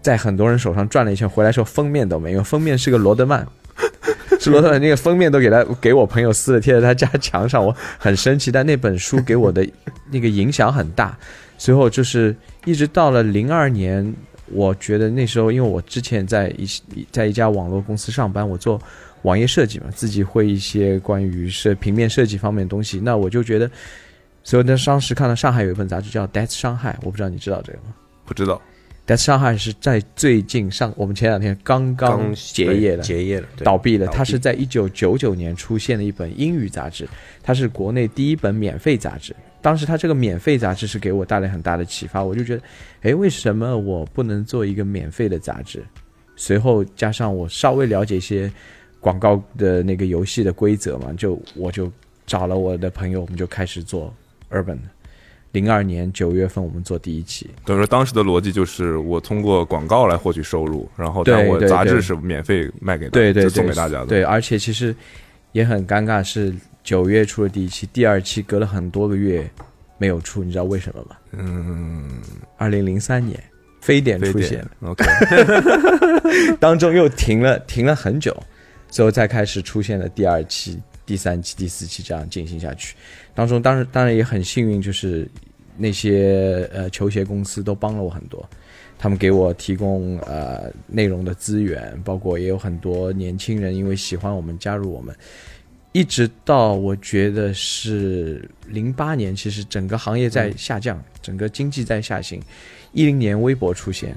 S3: 在很多人手上转了一圈，回来时候封面都没有，封面是个罗德曼。 是罗德曼那个封面都给他给我朋友撕了，贴在他家墙上，我很生气。但那本书给我的那个影响很大。随后就是一直到了零二年，我觉得那时候，因为我之前在一在一家网络公司上班，我做网页设计嘛，自己会一些关于是平面设计方面的东西，那我就觉得，所以那当时看到上海有一本杂志叫《That's 上海》，我不知道你知道这个吗
S1: 不知道。
S3: ？That's 上海是在最近上，我们前两天刚刚结业的，
S2: 结业了，对
S3: 倒闭了。它
S2: 倒
S3: 是在一九九九年出现的一本英语杂志，它是国内第一本免费杂志。当时它这个免费杂志是给我带来很大的启发，我就觉得，诶，为什么我不能做一个免费的杂志？随后加上我稍微了解一些广告的那个游戏的规则嘛，就我就找了我的朋友，我们就开始做 Urban。零二年九月份我们做第一期，
S1: 等于说当时的逻辑就是，我通过广告来获取收入，然后
S3: 对
S1: 但我
S3: 对
S1: 杂
S3: 对
S1: 志是免费卖给大
S3: 对对
S1: 就
S3: 对，
S1: 送给大家的。
S3: 对，而且其实也很尴尬，是九月出了第一期，第二期隔了很多个月没有出，你知道为什么吗？
S1: 嗯，
S3: 二零零三年非典
S1: 非
S3: 出
S1: 典
S3: 现了，
S1: OK，
S3: 当中又停了停了很久，最后再开始出现了第二期、第三期、第四期这样进行下去。当中当然当然也很幸运，就是那些呃球鞋公司都帮了我很多，他们给我提供呃内容的资源，包括也有很多年轻人因为喜欢我们加入我们。一直到我觉得是零八年，其实整个行业在下降，整个经济在下行。一零年微博出现，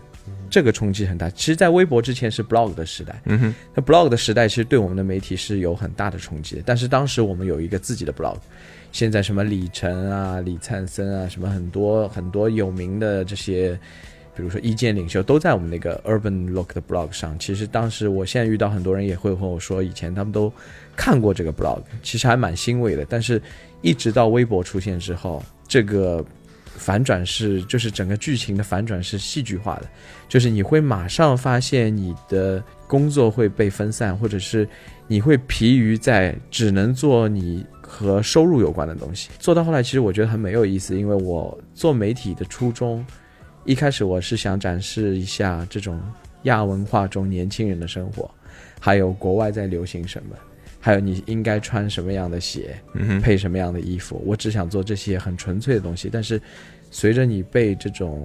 S3: 这个冲击很大。其实，在微博之前是 blog 的时代，
S1: 嗯哼，
S3: 那 blog 的时代其实对我们的媒体是有很大的冲击的。但是当时我们有一个自己的 blog，现在什么李晨啊、李灿森啊，什么很多很多有名的这些，比如说意见领袖都在我们那个 Urban Look 的 blog 上。其实当时我现在遇到很多人也会和我说，以前他们都看过这个 blog，其实还蛮欣慰的。但是，一直到微博出现之后，这个反转是就是整个剧情的反转是戏剧化的，就是你会马上发现你的工作会被分散，或者是你会疲于在只能做你和收入有关的东西。做到后来，其实我觉得很没有意思，因为我做媒体的初衷，一开始我是想展示一下这种亚文化中年轻人的生活，还有国外在流行什么，还有你应该穿什么样的鞋。
S1: 嗯哼，
S3: 配什么样的衣服，我只想做这些很纯粹的东西。但是，随着你被这种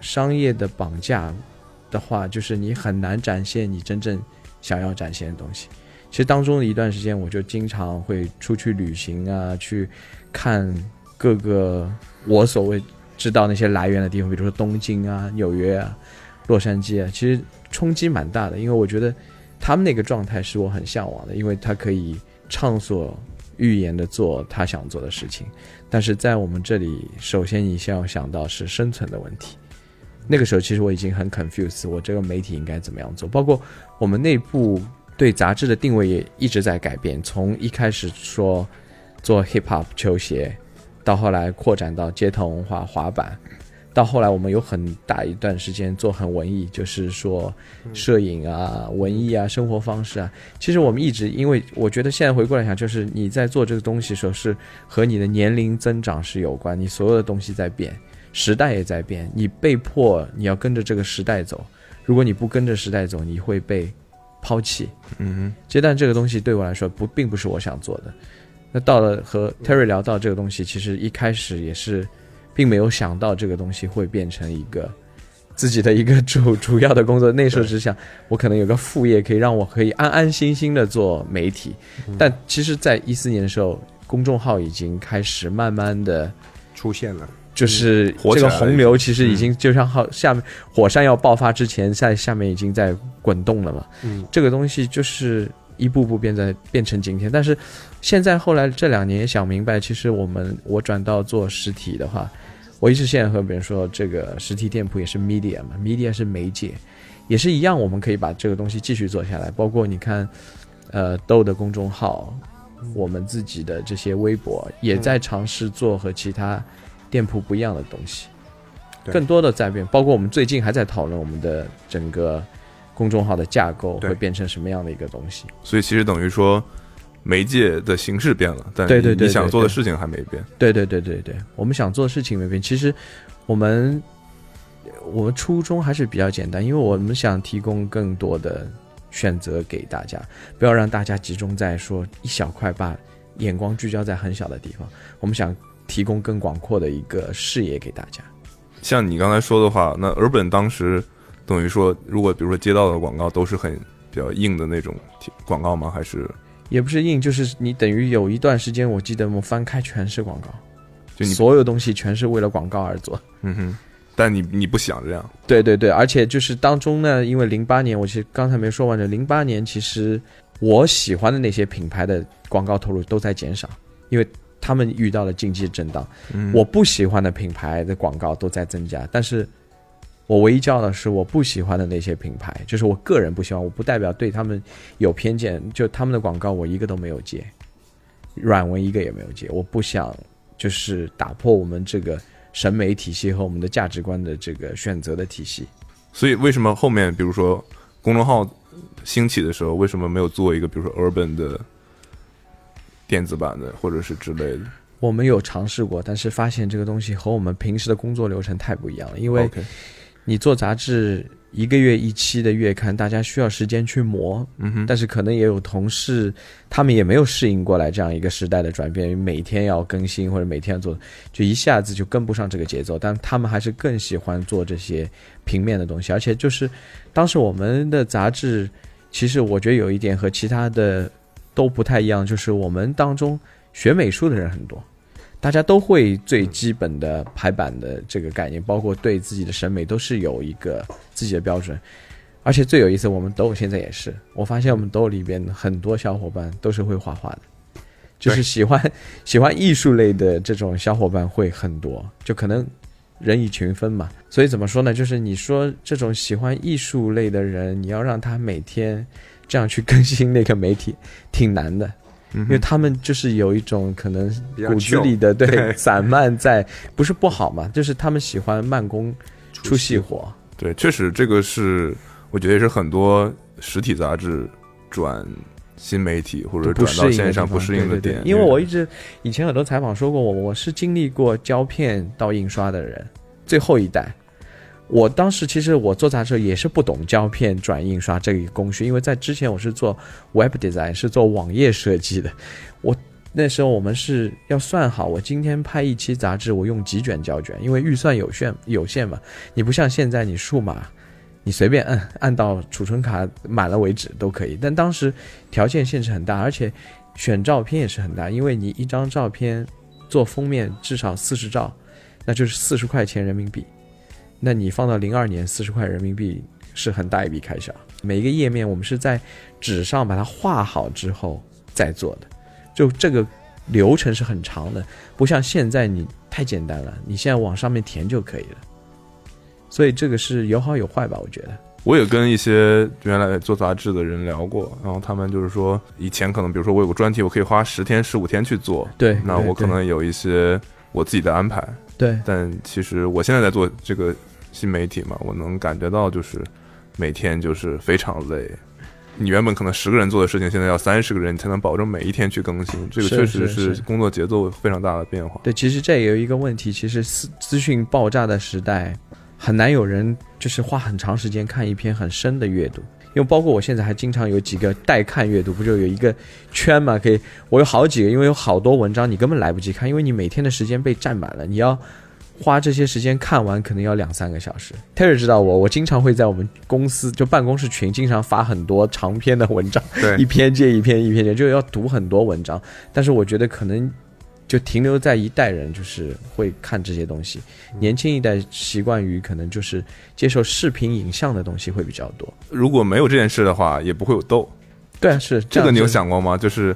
S3: 商业的绑架的话，就是你很难展现你真正想要展现的东西。其实当中的一段时间，我就经常会出去旅行啊，去看各个我所谓知道那些来源的地方，比如说东京啊、纽约啊、洛杉矶啊，其实冲击蛮大的，因为我觉得他们那个状态是我很向往的，因为它可以畅所预言的做他想做的事情。但是在我们这里，首先你先要想到是生存的问题。那个时候其实我已经很 confused，我这个媒体应该怎么样做？包括我们内部对杂志的定位也一直在改变，从一开始说做 hip hop 球鞋，到后来扩展到街头文化滑板，到后来我们有很大一段时间做很文艺，就是说摄影啊、文艺啊、生活方式啊。其实我们一直，因为我觉得现在回过来想，就是你在做这个东西的时候，是和你的年龄增长是有关，你所有的东西在变。时代也在变，你被迫你要跟着这个时代走。如果你不跟着时代走，你会被抛弃。
S1: 嗯
S3: 接单这个东西对我来说不并不是我想做的。那到了和 Terry 聊到这个东西，其实一开始也是，并没有想到这个东西会变成一个自己的一个主 主要的工作。那时候只想，我可能有个副业，可以让我可以安安心心的做媒体。但其实，在一四年的时候，公众号已经开始慢慢的。
S2: 出现了，
S3: 就是
S1: 火
S3: 这
S1: 起来
S3: 个
S1: 了嗯
S3: 洪流其实已经就像好下面火山要爆发之前，在下面已经在滚动了嘛。
S2: 嗯，
S3: 这个东西就是一步步变在变成今天。但是现在后来这两年也想明白，其实我们我转到做实体的话，我一直现在和别人说，这个实体店铺也是 media 嘛，media 是媒介，也是一样，我们可以把这个东西继续做下来。包括你看，呃，豆的公众号，
S1: 嗯
S3: 我们自己的这些微博，也在尝试做和其他店铺不一样的东西，
S2: 对
S3: 更多的在变。包括我们最近还在讨论我们的整个公众号的架构
S2: 对
S3: 会变成什么样的一个东西。
S1: 所以其实等于说媒介的形式变了，但
S3: 对对
S1: 你
S3: 对
S1: 你想
S3: 对
S1: 做的
S3: 对
S1: 事情还没变。
S3: 对对对对对，我们想做的事情没变。其实我们我们初衷还是比较简单，因为我们想提供更多的选择给大家，不要让大家集中在说一小块，把眼光聚焦在很小的地方。我们想提供更广阔的一个视野给大家。
S1: 像你刚才说的话，那 Urban 当时等于说，如果比如说接到的广告都是很比较硬的那种广告吗？还是
S3: 也不是硬，就是你等于有一段时间，我记得我们翻开全是广告，
S1: 就你
S3: 所有东西全是为了广告而做。
S1: 嗯哼，但你你不想这样，
S3: 对对对，而且就是当中呢，因为零八年，我其实刚才没说完的，零八年其实我喜欢的那些品牌的广告投入都在减少，因为他们遇到了经济震荡。
S1: 嗯
S3: 我不喜欢的品牌的广告都在增加，但是我唯一骄傲的是我不喜欢的那些品牌，就是我个人不喜欢，我不代表对他们有偏见，就他们的广告我一个都没有接，软文一个也没有接，我不想就是打破我们这个审美体系和我们的价值观的这个选择的体系。
S1: 所以为什么后面比如说公众号兴起的时候，为什么没有做一个比如说 Urban 的电子版的，或者是之类的
S3: 我们有尝试过，但是发现这个东西和我们平时的工作流程太不一样了。因为
S1: ？OK，
S3: 你做杂志一个月一期的月刊，大家需要时间去磨，
S1: 嗯哼，
S3: 但是可能也有同事，他们也没有适应过来这样一个时代的转变，每天要更新或者每天要做，就一下子就跟不上这个节奏。但他们还是更喜欢做这些平面的东西，而且就是当时我们的杂志，其实我觉得有一点和其他的都不太一样，就是我们当中学美术的人很多。大家都会最基本的排版的这个概念，包括对自己的审美都是有一个自己的标准。而且最有意思，我们抖现在也是，我发现我们抖里边很多小伙伴都是会画画的，就是喜欢 喜欢艺术类的这种小伙伴会很多，就可能人以群分嘛。所以怎么说呢？就是你说这种喜欢艺术类的人，你要让他每天这样去更新那个媒体，挺难的。因为他们就是有一种可能
S2: 比较
S3: 骨子
S2: chill
S3: 里的对
S2: 对
S3: 散漫在，不是不好嘛，就是他们喜欢慢工出细活。
S1: 对，确实这个是我觉得也是很多实体杂志转新媒体或者
S3: 不
S1: 转
S3: 适应
S1: 到
S3: 的
S1: 线
S3: 地
S1: 上
S3: 方
S1: 不适应的
S3: 对对
S1: 点，嗯
S3: 对因为我一直以前很多采访说过我，我是经历过胶片到印刷的人，最后一代。我当时其实我做杂志也是不懂胶片转印刷这个工序，因为在之前我是做 web design，是做网页设计的。我那时候我们是要算好，我今天拍一期杂志，我用几卷胶卷，因为预算有限有限嘛。你不像现在你数码，你随便按按到储存卡满了为止都可以。但当时条件限制很大，而且选照片也是很大，因为你一张照片做封面至少四十兆，那就是四十块钱人民币。那你放到零二年，四十块人民币是很大一笔开销。每一个页面我们是在纸上把它画好之后再做的，就这个流程是很长的，不像现在你太简单了，你现在往上面填就可以了。所以这个是有好有坏吧，我觉得。
S1: 我也跟一些原来做杂志的人聊过，然后他们就是说，以前可能比如说我有个专题，我可以花十天、十五天去做，
S3: 对
S1: 那
S3: 对
S1: 我可
S3: 对
S1: 能有一些我自己的安排，
S3: 对，
S1: 但其实我现在在做这个新媒体嘛，我能感觉到就是每天就是非常累。你原本可能十个人做的事情，现在要三十个人，你才能保证每一天去更新。这个
S3: 是
S1: 确实
S3: 是
S1: 是
S3: 是
S1: 工作节奏非常大的变化。
S3: 对，其实这也有一个问题，其实资资讯爆炸的时代，很难有人就是花很长时间看一篇很深的阅读。因为包括我现在还经常有几个待看阅读，不就有一个圈嘛？可以，我有好几个，因为有好多文章你根本来不及看，因为你每天的时间被占满了，你要花这些时间看完，可能要两三个小时。Terry 知道我，我经常会在我们公司就办公室群经常发很多长篇的文章，
S2: 对
S3: 一篇接一篇，一篇接，就要读很多文章。但是我觉得可能就停留在一代人，就是会看这些东西。年轻一代习惯于可能就是接受视频影像的东西会比较多。
S1: 如果没有这件事的话，也不会有豆。
S3: 对啊，是
S1: 这
S3: 样
S1: 个你有
S3: 子
S1: 想过吗？就是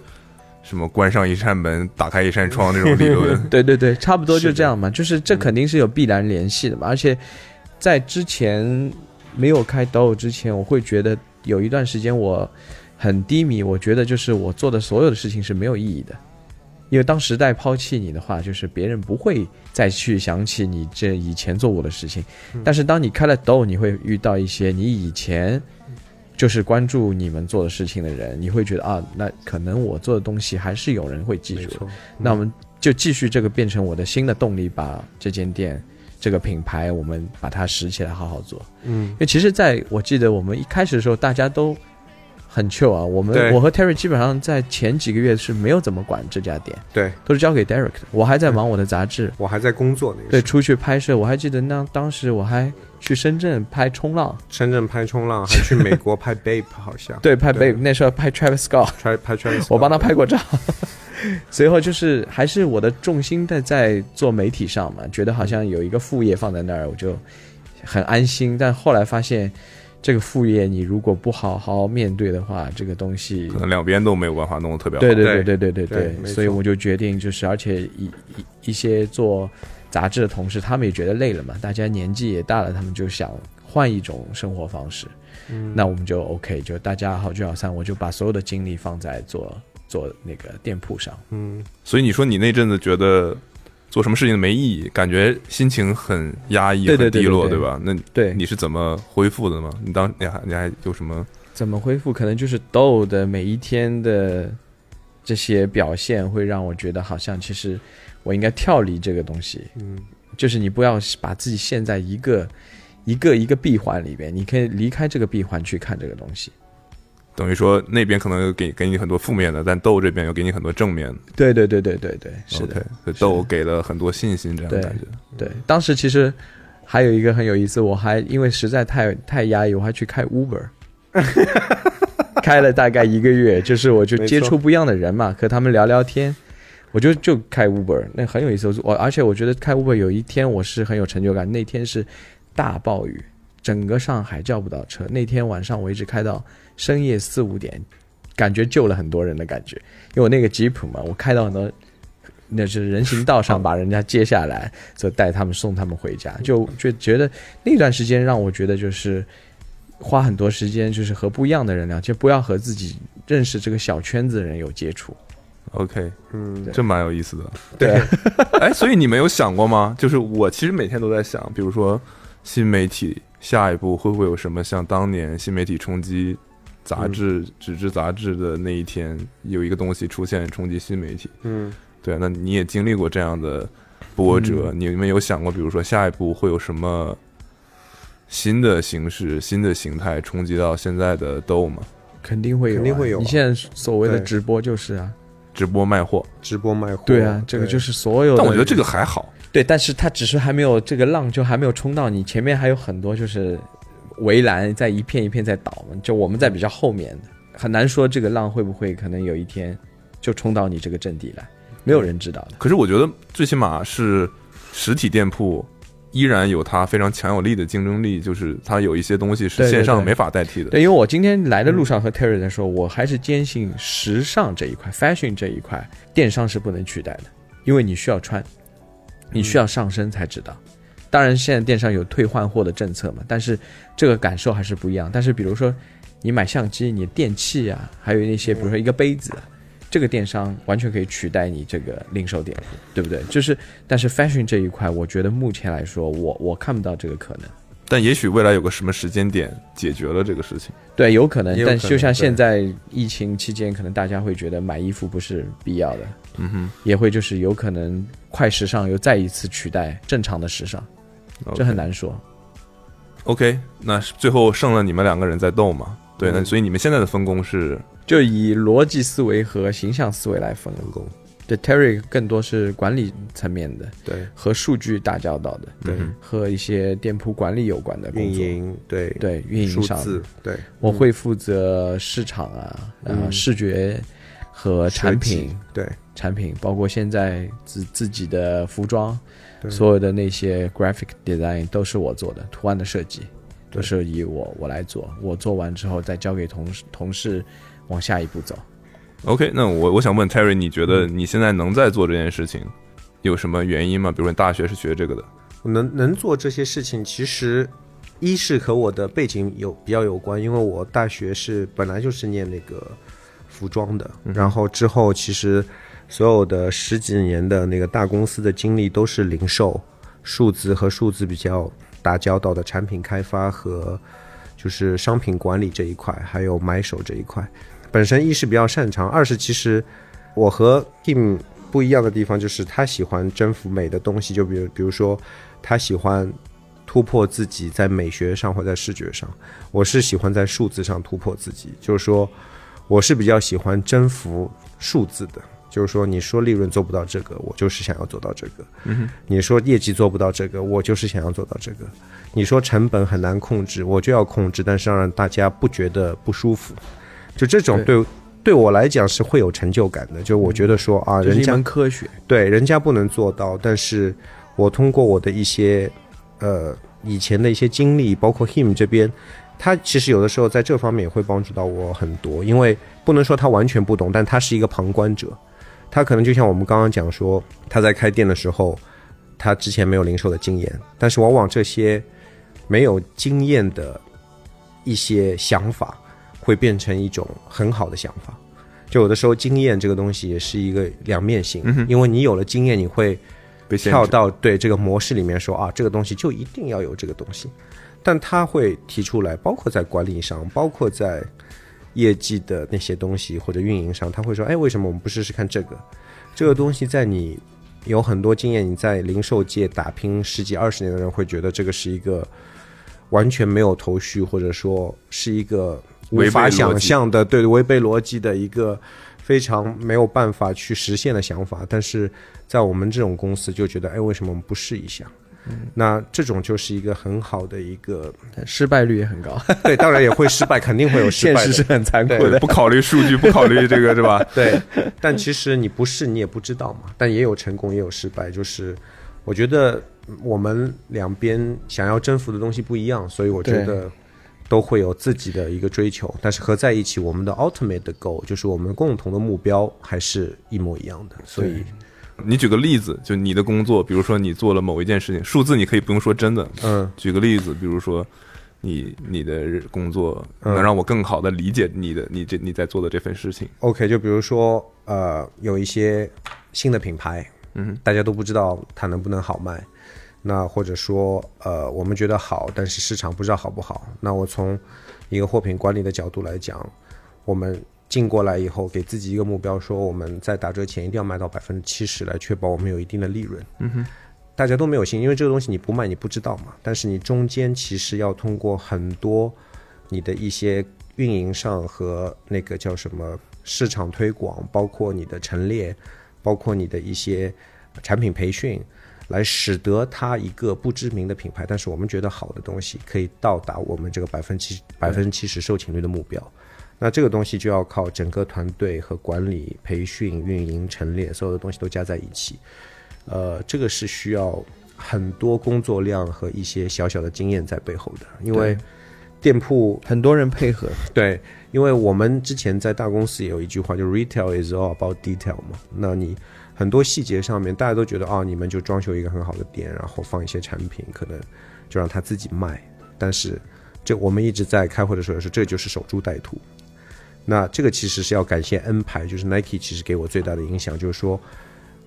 S1: 什么关上一扇门，打开一扇窗这种理 论。
S3: 对对对，差不多就这样嘛。就是这肯定是有必然联系的嘛。而且在之前没有开抖偶之前，我会觉得有一段时间我很低迷，我觉得就是我做的所有的事情是没有意义的。因为当时代抛弃你的话，就是别人不会再去想起你这以前做过的事情。
S2: 嗯
S3: 但是当你开了抖，你会遇到一些你以前就是关注你们做的事情的人，你会觉得啊，那可能我做的东西还是有人会记
S2: 没
S3: 住的。
S2: 错，
S3: 那我们就继续这个变成我的新的动力，把这间店、这个品牌，我们把它拾起来，好好做。
S2: 嗯
S3: 因为其实在，我记得我们一开始的时候，大家都很 chill 啊。我
S2: 对
S3: 们我和 Terry 基本上在前几个月是没有怎么管这家店，
S2: 对
S3: 都是交给 Derek 的。我还在忙我的杂志，
S2: 我还在工作那个
S3: 对，
S2: 时候，
S3: 出去拍摄。我还记得那当时我还去深圳拍冲浪，
S2: 深圳拍冲浪，还去美国拍 Babe，好像
S3: 对，拍
S2: 对
S3: Babe 那时候拍 Travis Scott。
S2: 拍拍 Travis，
S3: 我帮他
S2: Scott
S3: 拍过照。 随后就是还是我的重心在在做媒体上嘛，觉得好像有一个副业放在那儿，我就很安心。但后来发现，这个副业你如果不好好面对的话，这个东西
S1: 可能两边都没有办法弄得特别好。
S3: 对对
S2: 对
S3: 对对对
S2: 对没错
S3: 所以我就决定就是，而且一一一些做杂志的同事，他们也觉得累了嘛，大家年纪也大了，他们就想换一种生活方式。嗯，那我们就 OK，就大家好聚好散，我就把所有的精力放在做做那个店铺上。
S2: 嗯，
S1: 所以你说你那阵子觉得做什么事情没意义，感觉心情很压抑、
S3: 对对
S1: 很
S3: 对
S1: 低落，
S3: 对对
S1: 吧？那
S3: 对，
S1: 你是怎么恢复的吗？你当你还你还有什么？
S3: 怎么恢复？可能就是豆的每一天的这些表现，会让我觉得好像其实我应该跳离这个东西。
S2: 嗯，
S3: 就是你不要把自己陷在一个一个一个闭环里边，你可以离开这个闭环去看这个东西。
S1: 等于说那边可能给给你很多负面的，但豆这边又给你很多正面的。
S3: 对对对对对对，是的
S1: OK，所以豆给了很多信心，这样的感觉。
S3: 对。当时其实还有一个很有意思，我还因为实在太太压抑，我还去开 Uber。开了大概一个月，就是我就
S2: 没错
S3: 接触不一样的人嘛，和他们聊聊天，我就就开 Uber，那很有意思。我而且我觉得开 Uber 有一天我是很有成就感，那天是大暴雨，整个上海叫不到车。那天晚上我一直开到深夜四五点，感觉救了很多人的感觉，因为我那个吉普嘛，我开到很多。那是人行道上把人家接下来，就带他们送他们回家，就就觉得那段时间让我觉得就是花很多时间，就是和不一样的人聊天，不要和自己认识这个小圈子的人有接触。
S1: OK，
S2: 嗯，
S1: 这蛮有意思的。
S3: 对，
S1: 哎，所以你们有想过吗？就是我其实每天都在想，比如说新媒体下一步会不会有什么像当年新媒体冲击
S3: 嗯
S1: 杂志、纸质杂志的那一天，有一个东西出现冲击新媒体？
S2: 嗯，
S1: 对啊，那你也经历过这样的波折，
S3: 嗯
S1: 你们有想过，比如说下一步会有什么新的形式、新的形态冲击到现在的豆吗？
S3: 肯定会有、啊，
S2: 肯定会有啊
S3: 你现在所谓的
S2: 对
S3: 直播就是啊，
S1: 直播卖货，
S2: 直播卖货，
S3: 对啊，这个就是所有的。
S1: 但我觉得这个还好。
S3: 对，但是它只是还没有这个浪就还没有冲到你前面，还有很多就是围栏在一片一片在倒嘛，就我们在比较后面的，很难说这个浪会不会可能有一天就冲到你这个阵地来，没有人知道的。
S1: 可是我觉得最起码是实体店铺依然有它非常强有力的竞争力，就是它有一些东西是
S3: 对对
S1: 线上
S3: 对
S1: 没法代替的。
S3: 对，因为我今天来的路上和 Terry 在说，我还是坚信时尚这一块、fashion 这一块，电商是不能取代的，因为你需要穿，你需要上身才知道。当然，现在电商有退换货的政策嘛，但是这个感受还是不一样。但是比如说，你买相机、你电器啊，还有那些，比如说一个杯子啊，这个电商完全可以取代你这个零售点，对不对？就是，但是 fashion 这一块，我觉得目前来说，我我看不到这个可能。
S1: 但也许未来有个什么时间点解决了这个事情。
S3: 对，有可能
S2: 也，有
S3: 但
S2: 可能
S3: 就像现
S2: 对
S3: 在疫情期间，可能大家会觉得买衣服不是必要的，
S1: 嗯哼，
S3: 也会就是有可能快时尚又再一次取代正常的时尚，这很难说。
S1: OK，那是最后剩了你们两个人在斗嘛？
S3: 嗯
S1: 对，那所以你们现在的分工是
S3: 就以逻辑思维和形象思维来分工。对，Terry 更多是管理层面的，
S2: 对
S3: 和数据打交道的，
S2: 对，
S3: 和一些店铺管理有关的
S2: 运
S3: 工作。
S2: 营对
S3: 对运营
S2: 数
S3: 上的，
S2: 字嗯对
S3: 我会负责市场啊，然后视觉和产
S2: 设
S3: 品
S2: 计，对
S3: 产品，包括现在自自己的服装，
S2: 对
S3: 所有的那些 graphic design 都是我做的，图案的设计都是以我我来做，我做完之后再交给同事同事往下一步走。
S1: OK。那我我想问 Terry，你觉
S2: 嗯
S1: 得你现在能在做这件事情，有什么原因吗？比如说你大学是学这个的，
S2: 我能能做这些事情，其实一是和我的背景有比较有关，因为我大学是本来就是念那个服装的，然后之后其实所有的十几年的那个大公司的经历都是零售、数字和数字比较打交道的产品开发和就是商品管理这一块，还有买手这一块。本身一是比较擅长，二是其实我和 Kim 不一样的地方就是他喜欢征服美的东西，就比如比如说他喜欢突破自己在美学上或在视觉上，我是喜欢在数字上突破自己，就是说我是比较喜欢征服数字的。就是说，你说利润做不到这个，我就是想要做到这个；
S3: 嗯
S2: 你说业绩做不到这个，我就是想要做到这个；你说成本很难控制，我就要控制，但是要让大家不觉得不舒服。就这种对对我来讲是会有成就感的。就我觉得说啊，
S3: 这是
S2: 人
S3: 一
S2: 家
S3: 门科学，
S2: 对，人家不能做到，但是我通过我的一些呃以前的一些经历，包括 him 这边，他其实有的时候在这方面也会帮助到我很多，因为不能说他完全不懂，但他是一个旁观者，他可能就像我们刚刚讲说，他在开店的时候，他之前没有零售的经验，但是往往这些没有经验的一些想法，会变成一种很好的想法。就有的时候，经验这个东西也是一个两面性，因为你有了经验，你会
S1: 嗯被限
S2: 跳
S1: 制。
S2: 到对这个模式里面说啊，这个东西就一定要有这个东西，但他会提出来，包括在管理上，包括在业绩的那些东西或者运营上，他会说，哎，为什么我们不试试看这个？这个东西在你有很多经验，你在零售界打拼十几二十年的人会觉得这个是一个完全没有头绪，或者说是一个无
S1: 违背
S2: 法
S1: 逻辑
S2: 想象的，对违背逻辑的一个非常没有办法去实现的想法。但是在我们这种公司就觉得，哎，为什么我们不试一下？那这种就是一个很好的一个，
S3: 但失败率也很 高，
S2: 对，当然也会失败，肯定会有失
S3: 现
S2: 败
S3: 实是
S2: 的，
S3: 很残酷
S2: 对
S1: 对，
S3: 的。
S1: 不考虑数据，不考虑这个是吧？
S2: 对。但其实你不试，你也不知道嘛。但也有成功，也有失败。就是我觉得我们两边想要征服的东西不一样，所以我觉得都会有自己的一个追求。但是合在一起，我们的 ultimate 的 goal 就是我们共同的目标还是一模一样的。所以，
S1: 你举个例子，就你的工作，比如说你做了某一件事情，数字你可以不用说真的，
S2: 嗯，
S1: 举个例子，比如说你你的工作
S2: 嗯
S1: 能让我更好的理解你的你这你在做的这份事情。
S2: OK，就比如说呃，有一些新的品牌，嗯，大家都不知道它能不能好卖，那或者说呃，我们觉得好，但是市场不知道好不好。那我从一个货品管理的角度来讲，我们进过来以后，给自己一个目标，说我们在打折前一定要卖到百分之七十，来确保我们有一定的利润。嗯哼，大家都没有信，因为这个东西你不卖你不知道嘛。但是你中间其实要通过很多你的一些运营上和那个叫什么市场推广，包括你的陈列，包括你的一些产品培训，来使得它一个不知名的品牌，但是我们觉得好的东西，可以到达我们这个百分七百分之七十售罄率的目标。那这个东西就要靠整个团队和管理、培训、运营、陈列，所有的东西都加在一起。呃，这个是需要很多工作量和一些小小的经验在背后的，因为店铺
S3: 很多人配合，
S2: 对，因为我们之前在大公司也有一句话，就 retail is all about detail 嘛。那你很多细节上面，大家都觉得啊、你们就装修一个很好的店，然后放一些产品，可能就让他自己卖。但是这我们一直在开会的时候也说，这就是守株待兔。那这个其实是要感谢 N 牌，就是 Nike 其实给我最大的影响，就是说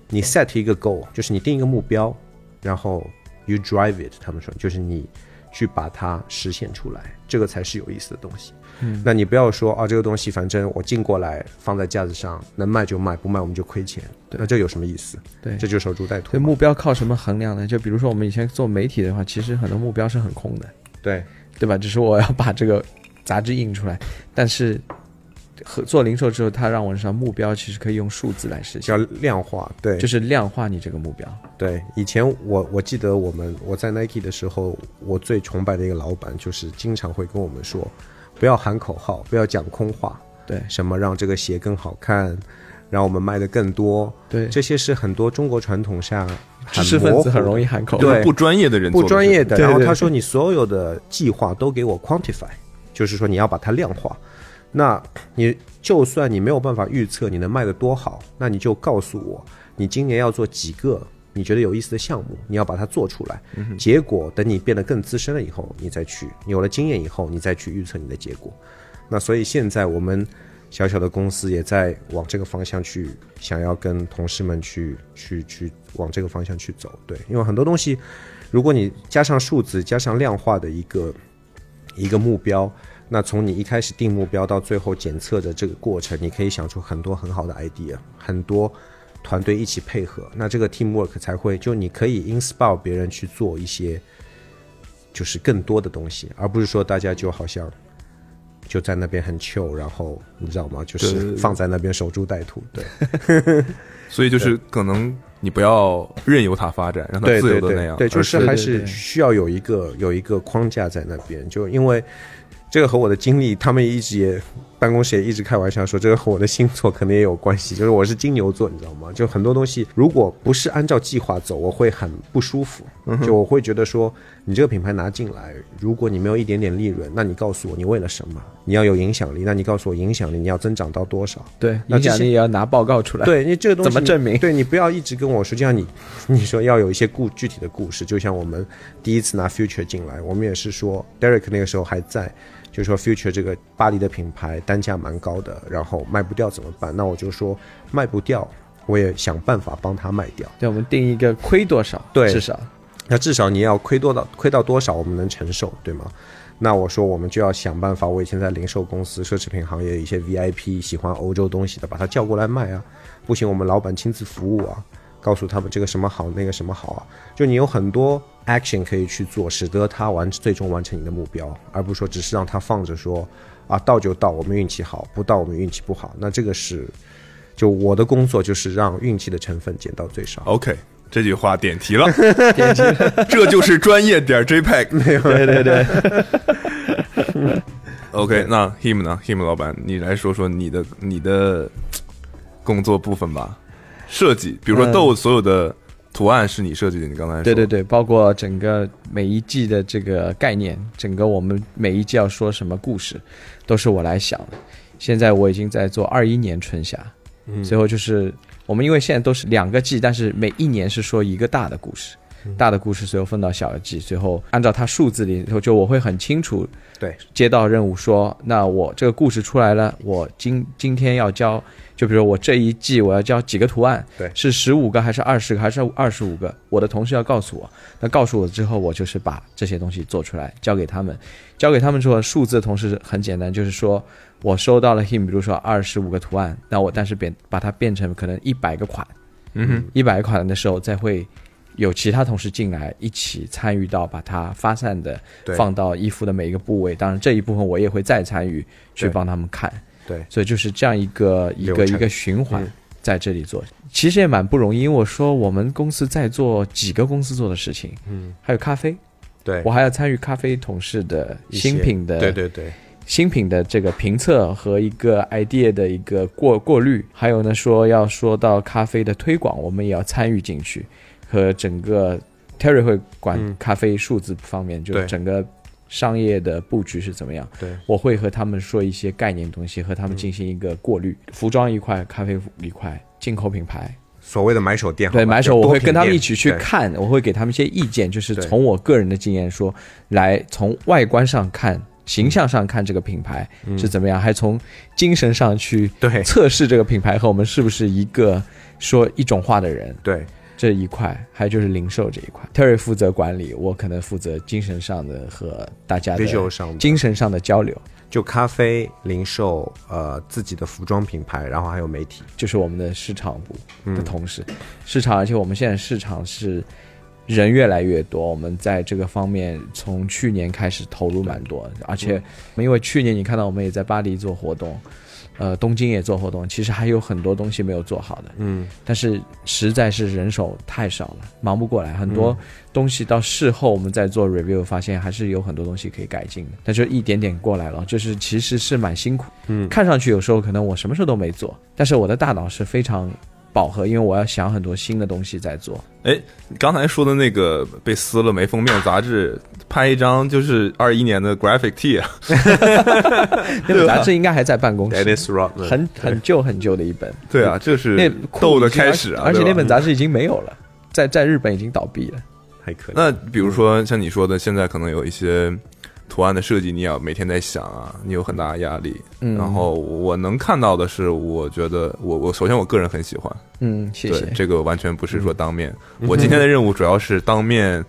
S2: 你 set 一个 goal，就是你定一个目标，然后 you drive it，他们说就是你去把它实现出来，这个才是有意思的东西。嗯，那你不要说啊，这个东西反正我进过来放在架子上，能卖就卖，不卖我们就亏钱，那这有什么意思？
S3: 对
S2: 这就是守株待兔
S3: 所以
S2: 嘛。
S3: 目标靠什么衡量呢？就比如说我们以前做媒体的话，其实很多目标是很空的，
S2: 对
S3: 对吧？只是我要把这个杂志印出来，但是和做零售之后，它让我知道目标其实可以用数字来实现
S2: 叫，量化，对，
S3: 就是量化你这个目标。
S2: 对，以前我我记得我们我在 Nike 的时候，我最崇拜的一个老板就是经常会跟我们说，不要喊口号，不要讲空话，
S3: 对
S2: 什么让这个鞋更好看，让我们卖的更多，
S3: 对，
S2: 这些是很多中国传统下
S3: 知识分子很
S2: 易
S3: 容易喊口
S2: 对
S3: 号。
S1: 就是不专业的人做的
S2: 不专业
S1: 事
S2: 的。
S3: 对
S2: 然后
S3: 对
S2: 他
S3: 对
S2: 说你所有的计划都给我 quantify，就是说你要把它量化。那你就算你没有办法预测你能卖得多好，那你就告诉我你今年要做几个你觉得有意思的项目，你要把它做出来。
S3: 嗯
S2: 结果等你变得更资深了以后，你再去你有了经验以后，你再去预测你的结果。那所以现在我们小小的公司也在往这个方向去，想要跟同事们去去去往这个方向去走。对，因为很多东西，如果你加上数字，加上量化的一个一个目标，那从你一开始定目标到最后检测的这个过程，你可以想出很多很好的 idea，很多。团队一起配合，那这个 teamwork 才会就你可以 inspire 别人去做一些就是更多的东西，而不是说大家就好像就在那边很 chill，然后你知道吗？就
S1: 对对
S2: 是
S1: 对
S2: 放在那边守株待兔，对
S1: 所以就是可能你不要任由它发展，让它
S2: 对
S1: 自由
S2: 对
S1: 的那样
S2: 对，，对，就
S1: 而
S2: 是还
S3: 对对
S2: 是
S3: 对
S2: 需要有一个有一个框架在那边，就因为这个和我的经历，他们一直也办公室也一直开玩笑说，这个和我的星座可能也有关系，就是我是金牛座，你知道吗？就很多东西如果不是按照计划走，我会很不舒服，
S1: 嗯
S2: 就我会觉得说，你这个品牌拿进来，如果你没有一点点利润，那你告诉我你为了什么？你要有影响力，那你告诉我影响力你要增长到多少？
S3: 对，
S2: 那
S3: 影
S2: 这些
S3: 响力也要拿报告出来。
S2: 对，因为这个东西
S3: 怎么
S2: 你
S3: 证明
S2: 对你不要一直跟我说，就像你你说要有一些故具体的故事，就像我们第一次拿 Future 进来，我们也是说 Derek 那个时候还在，就说 Future 这个巴黎的品牌单价蛮高的，然后卖不掉怎么办？那我就说卖不掉，我也想办法帮他卖掉。
S3: 对，我们定一个亏多少，
S2: 对
S3: 至少
S2: 那至少你也要亏多到亏到多少我们能承受，对吗？那我说我们就要想办法。我以前在零售公司、奢侈品行业有一些 VIP 喜欢欧洲东西的，把他叫过来卖啊。不行，我们老板亲自服务啊，告诉他们这个什么好，那个什么好啊。就你有很多 action 可以去做，使得他完最终完成你的目标，而不是说只是让他放着说啊到就到，我们运气好；不到我们运气不好。那这个是就我的工作就是让运气的成分减到最少。
S1: OK，这句话点题了， 这就是专业点 JPEG。没有，对对对。OK，那 him 呢？him 老板，你来说说你的你的工作部分吧。设计，比如说
S3: 嗯
S1: 豆所有的图案是你设计的，你刚才说
S3: 对对对，包括整个每一季的这个概念，整个我们每一季要说什么故事，都是我来想的。现在我已经在做二一年春夏，最后就是我们因为现在都是两个季，但是每一年是说一个大的故事，大的故事随后分到小的季，最后按照它数字里头，就我会很清楚
S2: 对，
S3: 接到任务说，那我这个故事出来了，我今今天要交，就比如我这一季我要交几个图案，
S2: 对
S3: 是十五个还是二十个还是二十五个？我的同事要告诉我，那告诉我之后，我就是把这些东西做出来交给他们，交给他们之后，数字的同事很简单，就是说我收到了 him，比如说二十五个图案，那我但是变把它变成可能一百个款，
S1: 嗯哼，
S3: 一百款的时候再会。有其他同事进来一起参与到把它发散的
S2: 对
S3: 放到衣服的每一个部位，当然这一部分我也会再参与去
S2: 对
S3: 帮他们看，
S2: 对
S3: 所以就是这样一个一个
S2: 流程
S3: 一个循环在这里做，其实也蛮不容易，因为我说我们公司在做几个公司做的事情，嗯，还有咖啡，
S2: 对
S3: 我还要参与咖啡同事的
S2: 一些
S3: 新品的
S2: 对对对。
S3: 新品的这个评测和一个 idea 的一个过过滤，还有呢说要说到咖啡的推广，我们也要参与进去，和整个 Terry 会管咖啡数字方面，就
S2: 嗯对
S3: 整个商业的布局是怎么样。
S2: 对
S3: 我会和他们说一些概念东西，
S2: 嗯
S3: 和他们进行一个过滤。服装一块，咖啡一块，进口品牌，
S2: 所谓的买手店，
S3: 对，
S2: 好吧
S3: 买手
S2: 就
S3: 我
S2: 多
S3: 会
S2: 品
S3: 跟他们
S2: 店
S3: 一起去
S2: 对
S3: 看，我会给他们一些意见，就是
S2: 对
S3: 从我个人的经验说，来从外观上看。形象上看这个品牌
S2: 嗯
S3: 是怎么样，还从精神上去
S2: 对
S3: 测试这个品牌和我们是不是一个说一种话的人
S2: 对
S3: 这一块，还有就是零售这一块。Terry 负责管理，我可能负责精神上的和大家
S2: visual
S3: 的
S2: 上的
S3: 精神上的交流，
S2: 就咖啡零售，呃，自己的服装品牌，然后还有媒体，
S3: 就是我们的市场部的同事，市场，而且我们现在市场是人越来越多，我们在这个方面从去年开始投入蛮多，而且因为去年你看到我们也在巴黎做活动，呃，东京也做活动，其实还有很多东西没有做好的，
S2: 嗯，
S3: 但是实在是人手太少了，忙不过来，很多东西到事后我们在做 review 发现还是有很多东西可以改进的，但就一点点过来了，就是其实是蛮辛苦，
S2: 嗯
S3: 看上去有时候可能我什么事都没做，但是我的大脑是非常饱和，因为我要想很多新的东西在做，
S1: 哎，你刚才说的那个被撕了没封面杂志，拍一张就是二一年的 Graphic T 啊，
S3: 那本杂志应该还在办公室，
S2: Dennis Rodman，
S3: 很很旧很旧的一本，
S1: 对啊，这
S3: 那
S1: 是斗的开始啊，
S3: 而且
S1: 对吧
S3: 那本杂志已经没有了，在在日本已经倒闭了。
S2: 还可以。
S1: 那比如说像你说的，现在可能有一些图案的设计，你也要每天在想啊，你有很大的压力。
S3: 嗯
S1: 然后我能看到的是，我觉得我我首先我个人很喜欢，
S3: 嗯，谢嗯
S1: 对
S3: 谢。
S1: 这个完全不是说当面。我今天的任务主要是当面。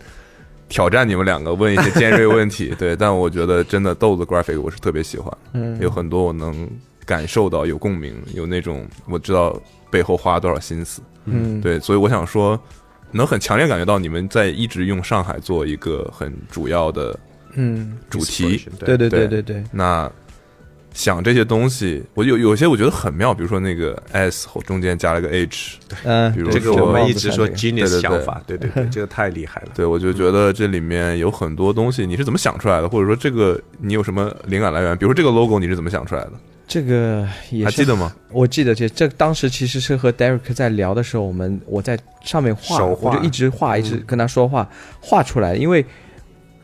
S1: 挑战你们两个，问一些尖锐问 题，对，但我觉得真的豆子 graphic 我是特别喜欢，
S3: 嗯
S1: 有很多我能感受到有共鸣，有那种我知道背后花了多少心思，
S3: 嗯，
S1: 对，所以我想说，能很强烈感觉到你们在一直用上海做一个很主要的
S3: 嗯，
S1: 主题。
S2: Inspiration，
S3: 对对对
S1: 对
S3: 对对，
S1: 那想这些东西，我有有些我觉得很妙，比如说那个 S 后中间加了个 H，
S3: 嗯，
S1: 比如
S2: 这个我们一直说
S3: 这个
S2: genius
S1: 对对对
S2: 想法，对对对，这个太厉害了。
S1: 对我就觉得这里面有很多东西，你是怎么想出来的，或者说这个你有什么灵感来源？比如说这个 logo 你是怎么想出来的？
S3: 这个也
S1: 还
S3: 是
S1: 记得吗？
S3: 我记得这这当时其实是和 Derek 在聊的时候，我们我在上面画，
S2: 手画嗯
S3: 我就一直画，一直跟他说话，画出来。因为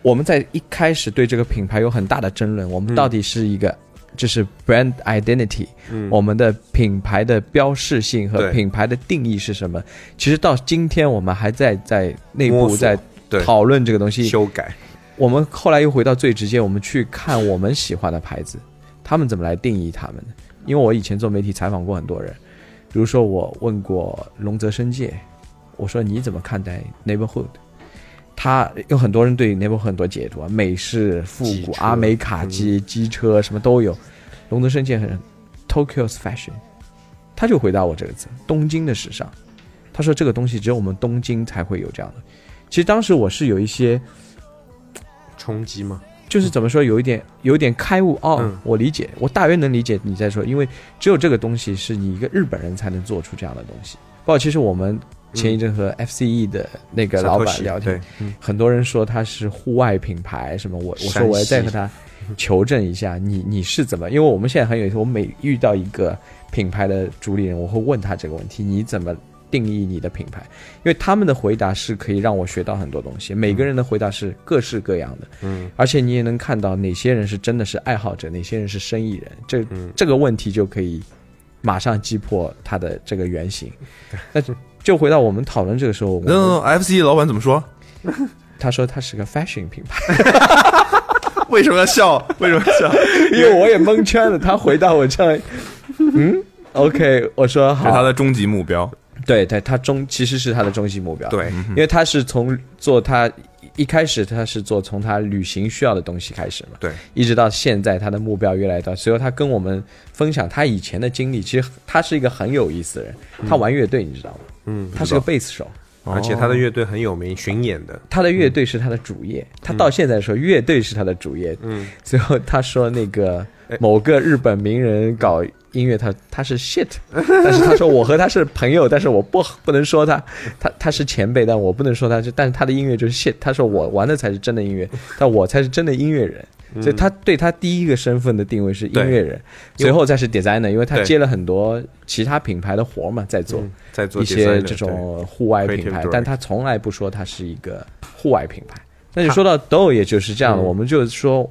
S3: 我们在一开始对这个品牌有很大的争论，我们到底是一个、就是 brand identity，、
S2: 嗯
S3: 我们的品牌的标示性和
S2: 对
S3: 品牌的定义是什么？其实到今天我们还在在内
S2: 摸
S3: 部
S2: 索
S3: 在
S2: 对
S3: 讨论这个东西，
S2: 修改，
S3: 我们后来又回到最直接，我们去看我们喜欢的牌子，他们怎么来定义他们的？因为我以前做媒体采访过很多人，比如说我问过龙泽生介，我说你怎么看待 neighborhood？他有很多人对 neighborhood 很多解读啊，美式、复
S2: 机
S3: 古、
S2: 车
S3: 阿美卡机、机车什么都有。龙泽生介很 Tokyo's fashion，他就回答我这个词，东京的时尚。他说这个东西只有我们东京才会有这样的。其实当时我是有一些
S2: 冲击嘛，
S3: 就是怎么说，有一点有一点开悟哦，
S2: 嗯
S3: 我理解，我大约能理解你在说，因为只有这个东西是你一个日本人才能做出这样的东西。包括其实我们前一阵和 FCE 的那个老板聊天，
S2: 对，嗯
S3: 很多人说他是户外品牌什么，我我
S2: 山
S3: 说
S2: 西
S3: 我要再和他求证一下，你你是怎么？因为我们现在很有意思，我每遇到一个品牌的主理人，我会问他这个问题，你怎么？定义你的品牌，因为他们的回答是可以让我学到很多东西。每个人的回答是各式各样的，
S2: 嗯，
S3: 而且你也能看到哪些人是真的是爱好者，哪些人是生意人。这、这个问题就可以马上击破他的这个原型。那就就回到我们讨论这个时候，我
S1: 那
S3: 们
S1: f c 老板怎么说？
S3: 他说他是个 fashion 品牌，
S1: 为什么要笑？为什么要 笑？
S3: 因为我也蒙圈了。他回答我这样，嗯，OK，我说
S1: 这是他
S3: 好，
S1: 的终极目标。
S3: 对对，他终其实是他的终极目标。
S2: 对，嗯
S3: 因为他是从做他一开始他是做从他旅行需要的东西开始嘛，
S2: 对，
S3: 一直到现在他的目标越来越大，所以他跟我们分享他以前的经历，其实他是一个很有意思的人，他玩乐队你知道吗？
S2: 嗯，
S3: 他是个贝斯手。
S2: 而且他的乐队很有名，巡演的，
S3: 他的乐队是他的主业，他到现在说乐队是他的主业。
S2: 嗯，
S3: 最后他说那个某个日本名人搞音乐，他他是 shit，但是他说我和他是朋友，但是我不不能说他，他他是前辈，但我不能说他是，但是他的音乐就是 shit。他说我玩的才是真的音乐，但我才是真的音乐人。
S2: 嗯
S3: 所以他对他第一个身份的定位是音乐人，随后再是 designer，因为他
S2: 对
S3: 接了很多其他品牌的活嘛，在做。
S2: 在做
S3: 一些
S2: designer，
S3: 这
S2: 对
S3: 种户外品
S2: Creative
S3: 牌
S2: Direct，
S3: 但他从来不说它是一个户外品牌。那你说到 DO，也就是这样的，
S2: 嗯
S3: 我们就是说，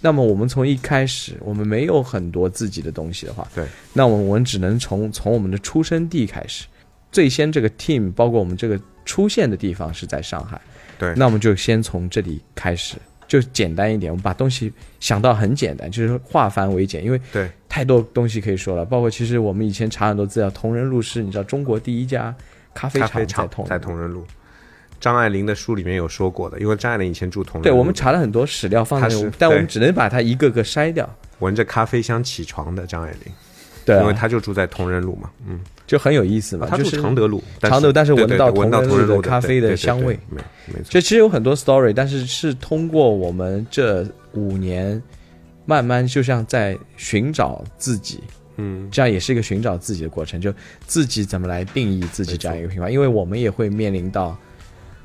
S3: 那么我们从一开始，我们没有很多自己的东西的话，
S2: 对，
S3: 那我们只能从从我们的出生地开始，最先这个 team，包括我们这个出现的地方是在上海，
S2: 对
S3: 那我们就先从这里开始。就简单一点，我们把东西想到很简单，就是化繁为简，因为
S2: 对
S3: 太多东西可以说了，包括其实我们以前查很多资料，同仁路是你知道中国第一家咖啡
S2: 咖
S3: 厂
S2: 啡厂
S3: 同
S2: 在
S3: 仁
S2: 同仁路。张爱玲的书里面有说过的，因为张爱玲以前住同仁路，
S3: 对我们查了很多史料放在
S2: 它是
S3: 那，但我们
S2: 对
S3: 只能把它一个个筛掉。
S2: 闻着咖啡香起床的张爱玲，
S3: 对、
S2: 因为
S3: 啊，
S2: 她就住在同仁路嘛，嗯，
S3: 就很有意思嘛，
S2: 她
S3: 就
S2: 住
S3: 是
S2: 常德路，但
S3: 常德但是
S2: 对
S3: 闻
S2: 对
S3: 到
S2: 对闻
S3: 同
S2: 到
S3: 仁
S2: 同
S3: 路
S2: 仁
S3: 的
S2: 路
S3: 咖
S2: 对
S3: 啡的
S2: 对对
S3: 香
S2: 对
S3: 味
S2: 没没错，
S3: 这其实有很多 story，但是是通过我们这五年，慢慢就像在寻找自己，
S2: 嗯，
S3: 这样也是一个寻找自己的过程，就自己怎么来定义自己这样一个品牌，因为我们也会面临到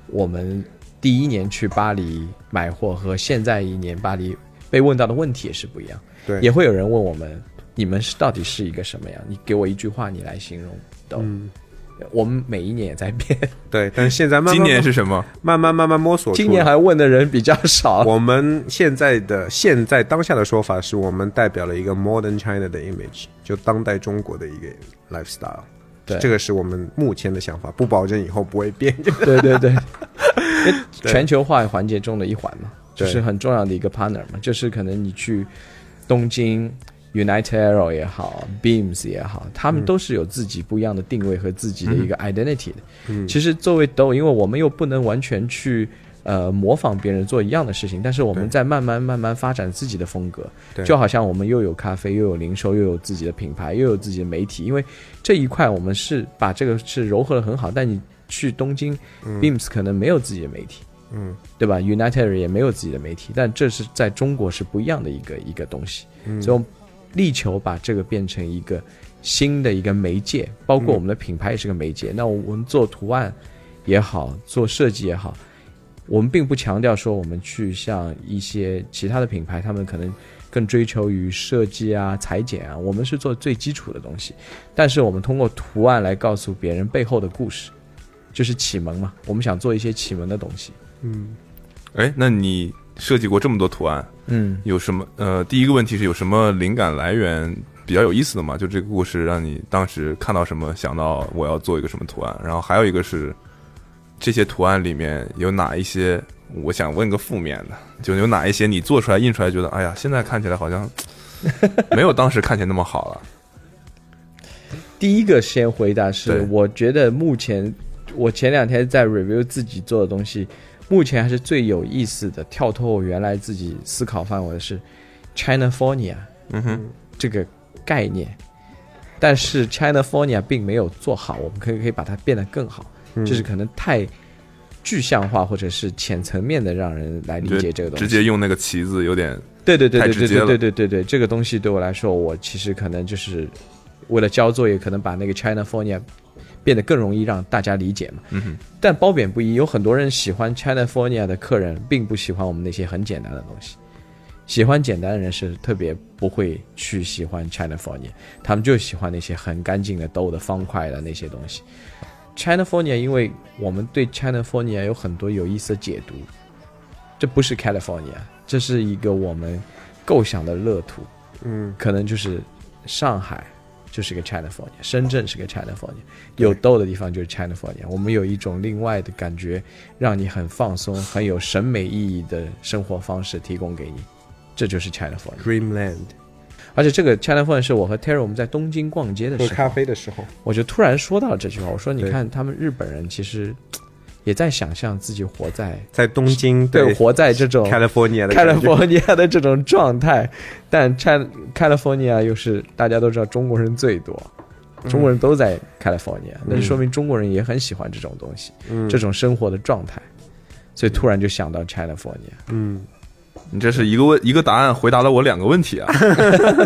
S3: 我们第一年去巴黎买货和现在一年巴黎被问到的问题也是不一样，
S2: 对
S3: 也会有人问我们，你们是到底是一个什么样？你给我一句话，你来形容。都，我们每一年也在变，
S2: 对，但是现在慢慢
S1: 今年是什么？
S2: 慢慢慢慢摸索出来，
S3: 今年还问的人比较少。
S2: 我们现在的现在当下的说法是我们代表了一个 modern China 的 image，就当代中国的一个 lifestyle。
S3: 对
S2: 这个是我们目前的想法，不保证以后不会 变。
S3: 对对对，因为全球化环节中的一环嘛，就
S2: 对
S3: 是很重要的一个 partner 嘛，就是可能你去东京 United Aero 也好，Beams 也好，他们都是有自己不一样的定位和自己的
S2: 嗯
S3: 一个 identity 的。其实作为抖，因为我们又不能完全去。呃，模仿别人做一样的事情，但是我们在慢慢慢慢发展自己的风格，
S2: 对
S3: 就好像我们又有咖啡，又有零售，又有自己的品牌，又有自己的媒体，因为这一块我们是把这个是柔合的很好，但你去东京、Beams 可能没有自己的媒体，
S2: 嗯，
S3: 对吧？United 也没有自己的媒体，但这是在中国是不一样的一个一个东西，所以我们力求把这个变成一个新的一个媒介，包括我们的品牌也是个媒介。那我们做图案也好，做设计也好，我们并不强调说我们去像一些其他的品牌，他们可能更追求于设计啊、裁剪啊，我们是做最基础的东西。但是我们通过图案来告诉别人背后的故事，就是启蒙嘛。我们想做一些启蒙的东西。
S1: 哎，那你设计过这么多图案，
S3: 嗯，
S1: 有什么？呃，第一个问题是有什么灵感来源比较有意思的吗？就这个故事让你当时看到什么，想到我要做一个什么图案。然后还有一个是，这些图案里面有哪一些？我想问个负面的，就有哪一些你做出来印出来觉得，哎呀，现在看起来好像 没有当时看起来那么好了。
S3: 第一个先回答是
S1: 对，
S3: 我觉得目前我前两天在 review 自己做的东西，目前还是最有意思的，跳脱我原来自己思考范围的是 Chinafornia
S1: 嗯哼，
S3: 这个概念，但是 Chinafornia 并没有做好，我们可以可以把它变得更好，
S1: 嗯
S2: 嗯
S3: 就是可能太具象化或者是浅层面的让人来理
S1: 你觉得
S3: 解这个东西，
S1: 直接用那个旗子有点
S3: 对对对
S1: 太
S3: 对
S1: 直
S3: 对
S1: 接了
S3: 对对对对对，这个东西对我来说，我其实可能就是为了交作业，可能把那个 China Fornia 变得更容易让大家理解嘛。
S1: 嗯哼。
S3: 但褒贬不一，有很多人喜欢 China Fornia 的客人，并不喜欢我们那些很简单的东西。喜欢简单的人是特别不会去喜欢 China Fornia，他们就喜欢那些很干净的兜的方块的那些东西。China Fornia，因为我们对 China Fornia 有很多有意思的解读，这不是 California，这是一个我们构想的乐土，
S2: 嗯，
S3: 可能就是上海就是个 California，深圳是个 California，有逗的地方就是 California。我们有一种另外的感觉，让你很放松、很有审美意义的生活方式提供给你，这就是 California。
S2: Dreamland
S3: 而且这个 California 是我和 Terry 我们在东京逛街的
S2: 喝
S3: 时候
S2: 咖，啡的时候，
S3: 我就突然说到了这句话，我说你
S2: 对
S3: 看他们日本人其实也在想象自己活在
S2: 在东京
S3: 对活在这种
S2: California 的
S3: 开了
S2: 感觉
S3: 佛尼亚的这种状态，但 China California 又是大家都知道中国人最多，中国人都在 California，、那就说明中国人也很喜欢这种东西，
S2: 嗯
S3: 这种生活的状态，所以突然就想到 China f o r n i a
S2: 嗯，
S1: 你这是一个问一个答案回答了我两个问题啊，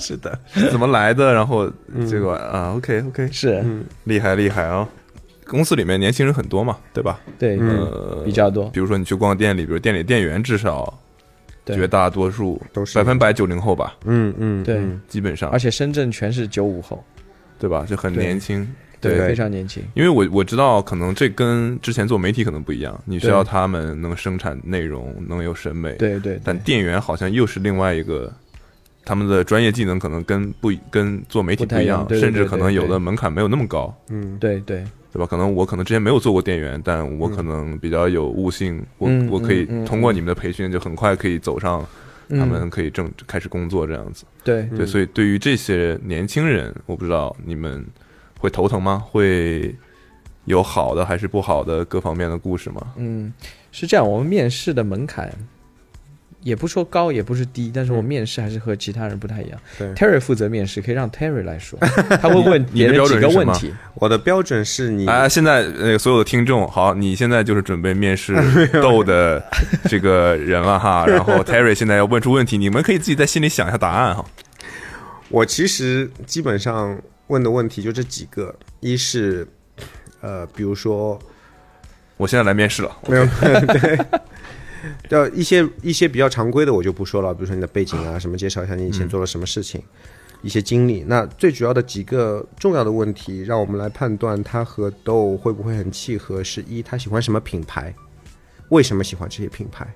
S2: 是的，
S1: 是怎么来的？然后这个啊，OK OK，
S3: 是、
S1: 厉害厉害啊、公司里面年轻人很多嘛，对吧？
S3: 对、比较多，
S1: 比如说你去逛店里，比如店里店员至少
S3: 对
S1: 绝大多数
S2: 都是
S1: 百分百九零后吧，
S2: 嗯嗯，
S3: 对
S2: 嗯
S1: 基本上
S3: 而，且深圳全是九五后，
S1: 对吧？就很
S3: 对
S1: 年轻。
S3: 对，
S2: 对
S3: 非常年轻。
S1: 因为我我知道，可能这跟之前做媒体可能不一样，你需
S3: 对
S1: 要他们能生产内容，能有审美，
S3: 对对
S1: 但
S3: 对
S1: 店员好像又是另外一个，他们的专业技能可能跟不一跟做媒体
S3: 不
S1: 不
S3: 太
S1: 一
S3: 一样
S1: 样，
S3: 对对
S1: 甚至
S3: 对
S1: 可能
S3: 对
S1: 有
S3: 对
S1: 的门槛没有那么高，
S2: 嗯，
S3: 对对，
S1: 对吧？可能我可能之前没有做过店员，但我可能比较有悟性，
S3: 嗯
S1: 我我可以
S3: 嗯嗯
S1: 通过你们的培训，就很快可以走上他
S3: 嗯
S1: 们可以正开始工作这样子。
S3: 对
S1: 对，所以对于这些年轻人，我不知道你们会头疼吗？会有好的还是不好的各方面的故事吗？
S3: 嗯，是这样，我们面试的门槛也不说高，也不是低，但是
S1: 嗯
S3: 我面试还是和其他人不太一样。
S2: 对
S3: Terry 负责面试，可以让 Terry 来说，他会问
S1: 你
S3: 别
S1: 的
S3: 人
S1: 标
S3: 几
S1: 准
S3: 个
S1: 是什
S3: 问
S1: 么
S3: 题。
S2: 我的标准是你
S1: 啊、现在呃，所有的听众，好，你现在就是准备面 试豆的这个人了哈。然后 Terry 现在要问出问题，你们可以自己在心里想一下答案哈。
S2: 我其实基本上问的问题就这几个，一是呃，比如说
S1: 我现在来面试了，
S2: 没有对， 要一些一些比较常规的我就不说了，比如说你的背景啊，什么介绍一下你以前做了什么事情，一些经历。那最主要的几个重要的问题，让我们来判断他和豆会不会很契合，是一他喜欢什么品牌，为什么喜欢这些品牌，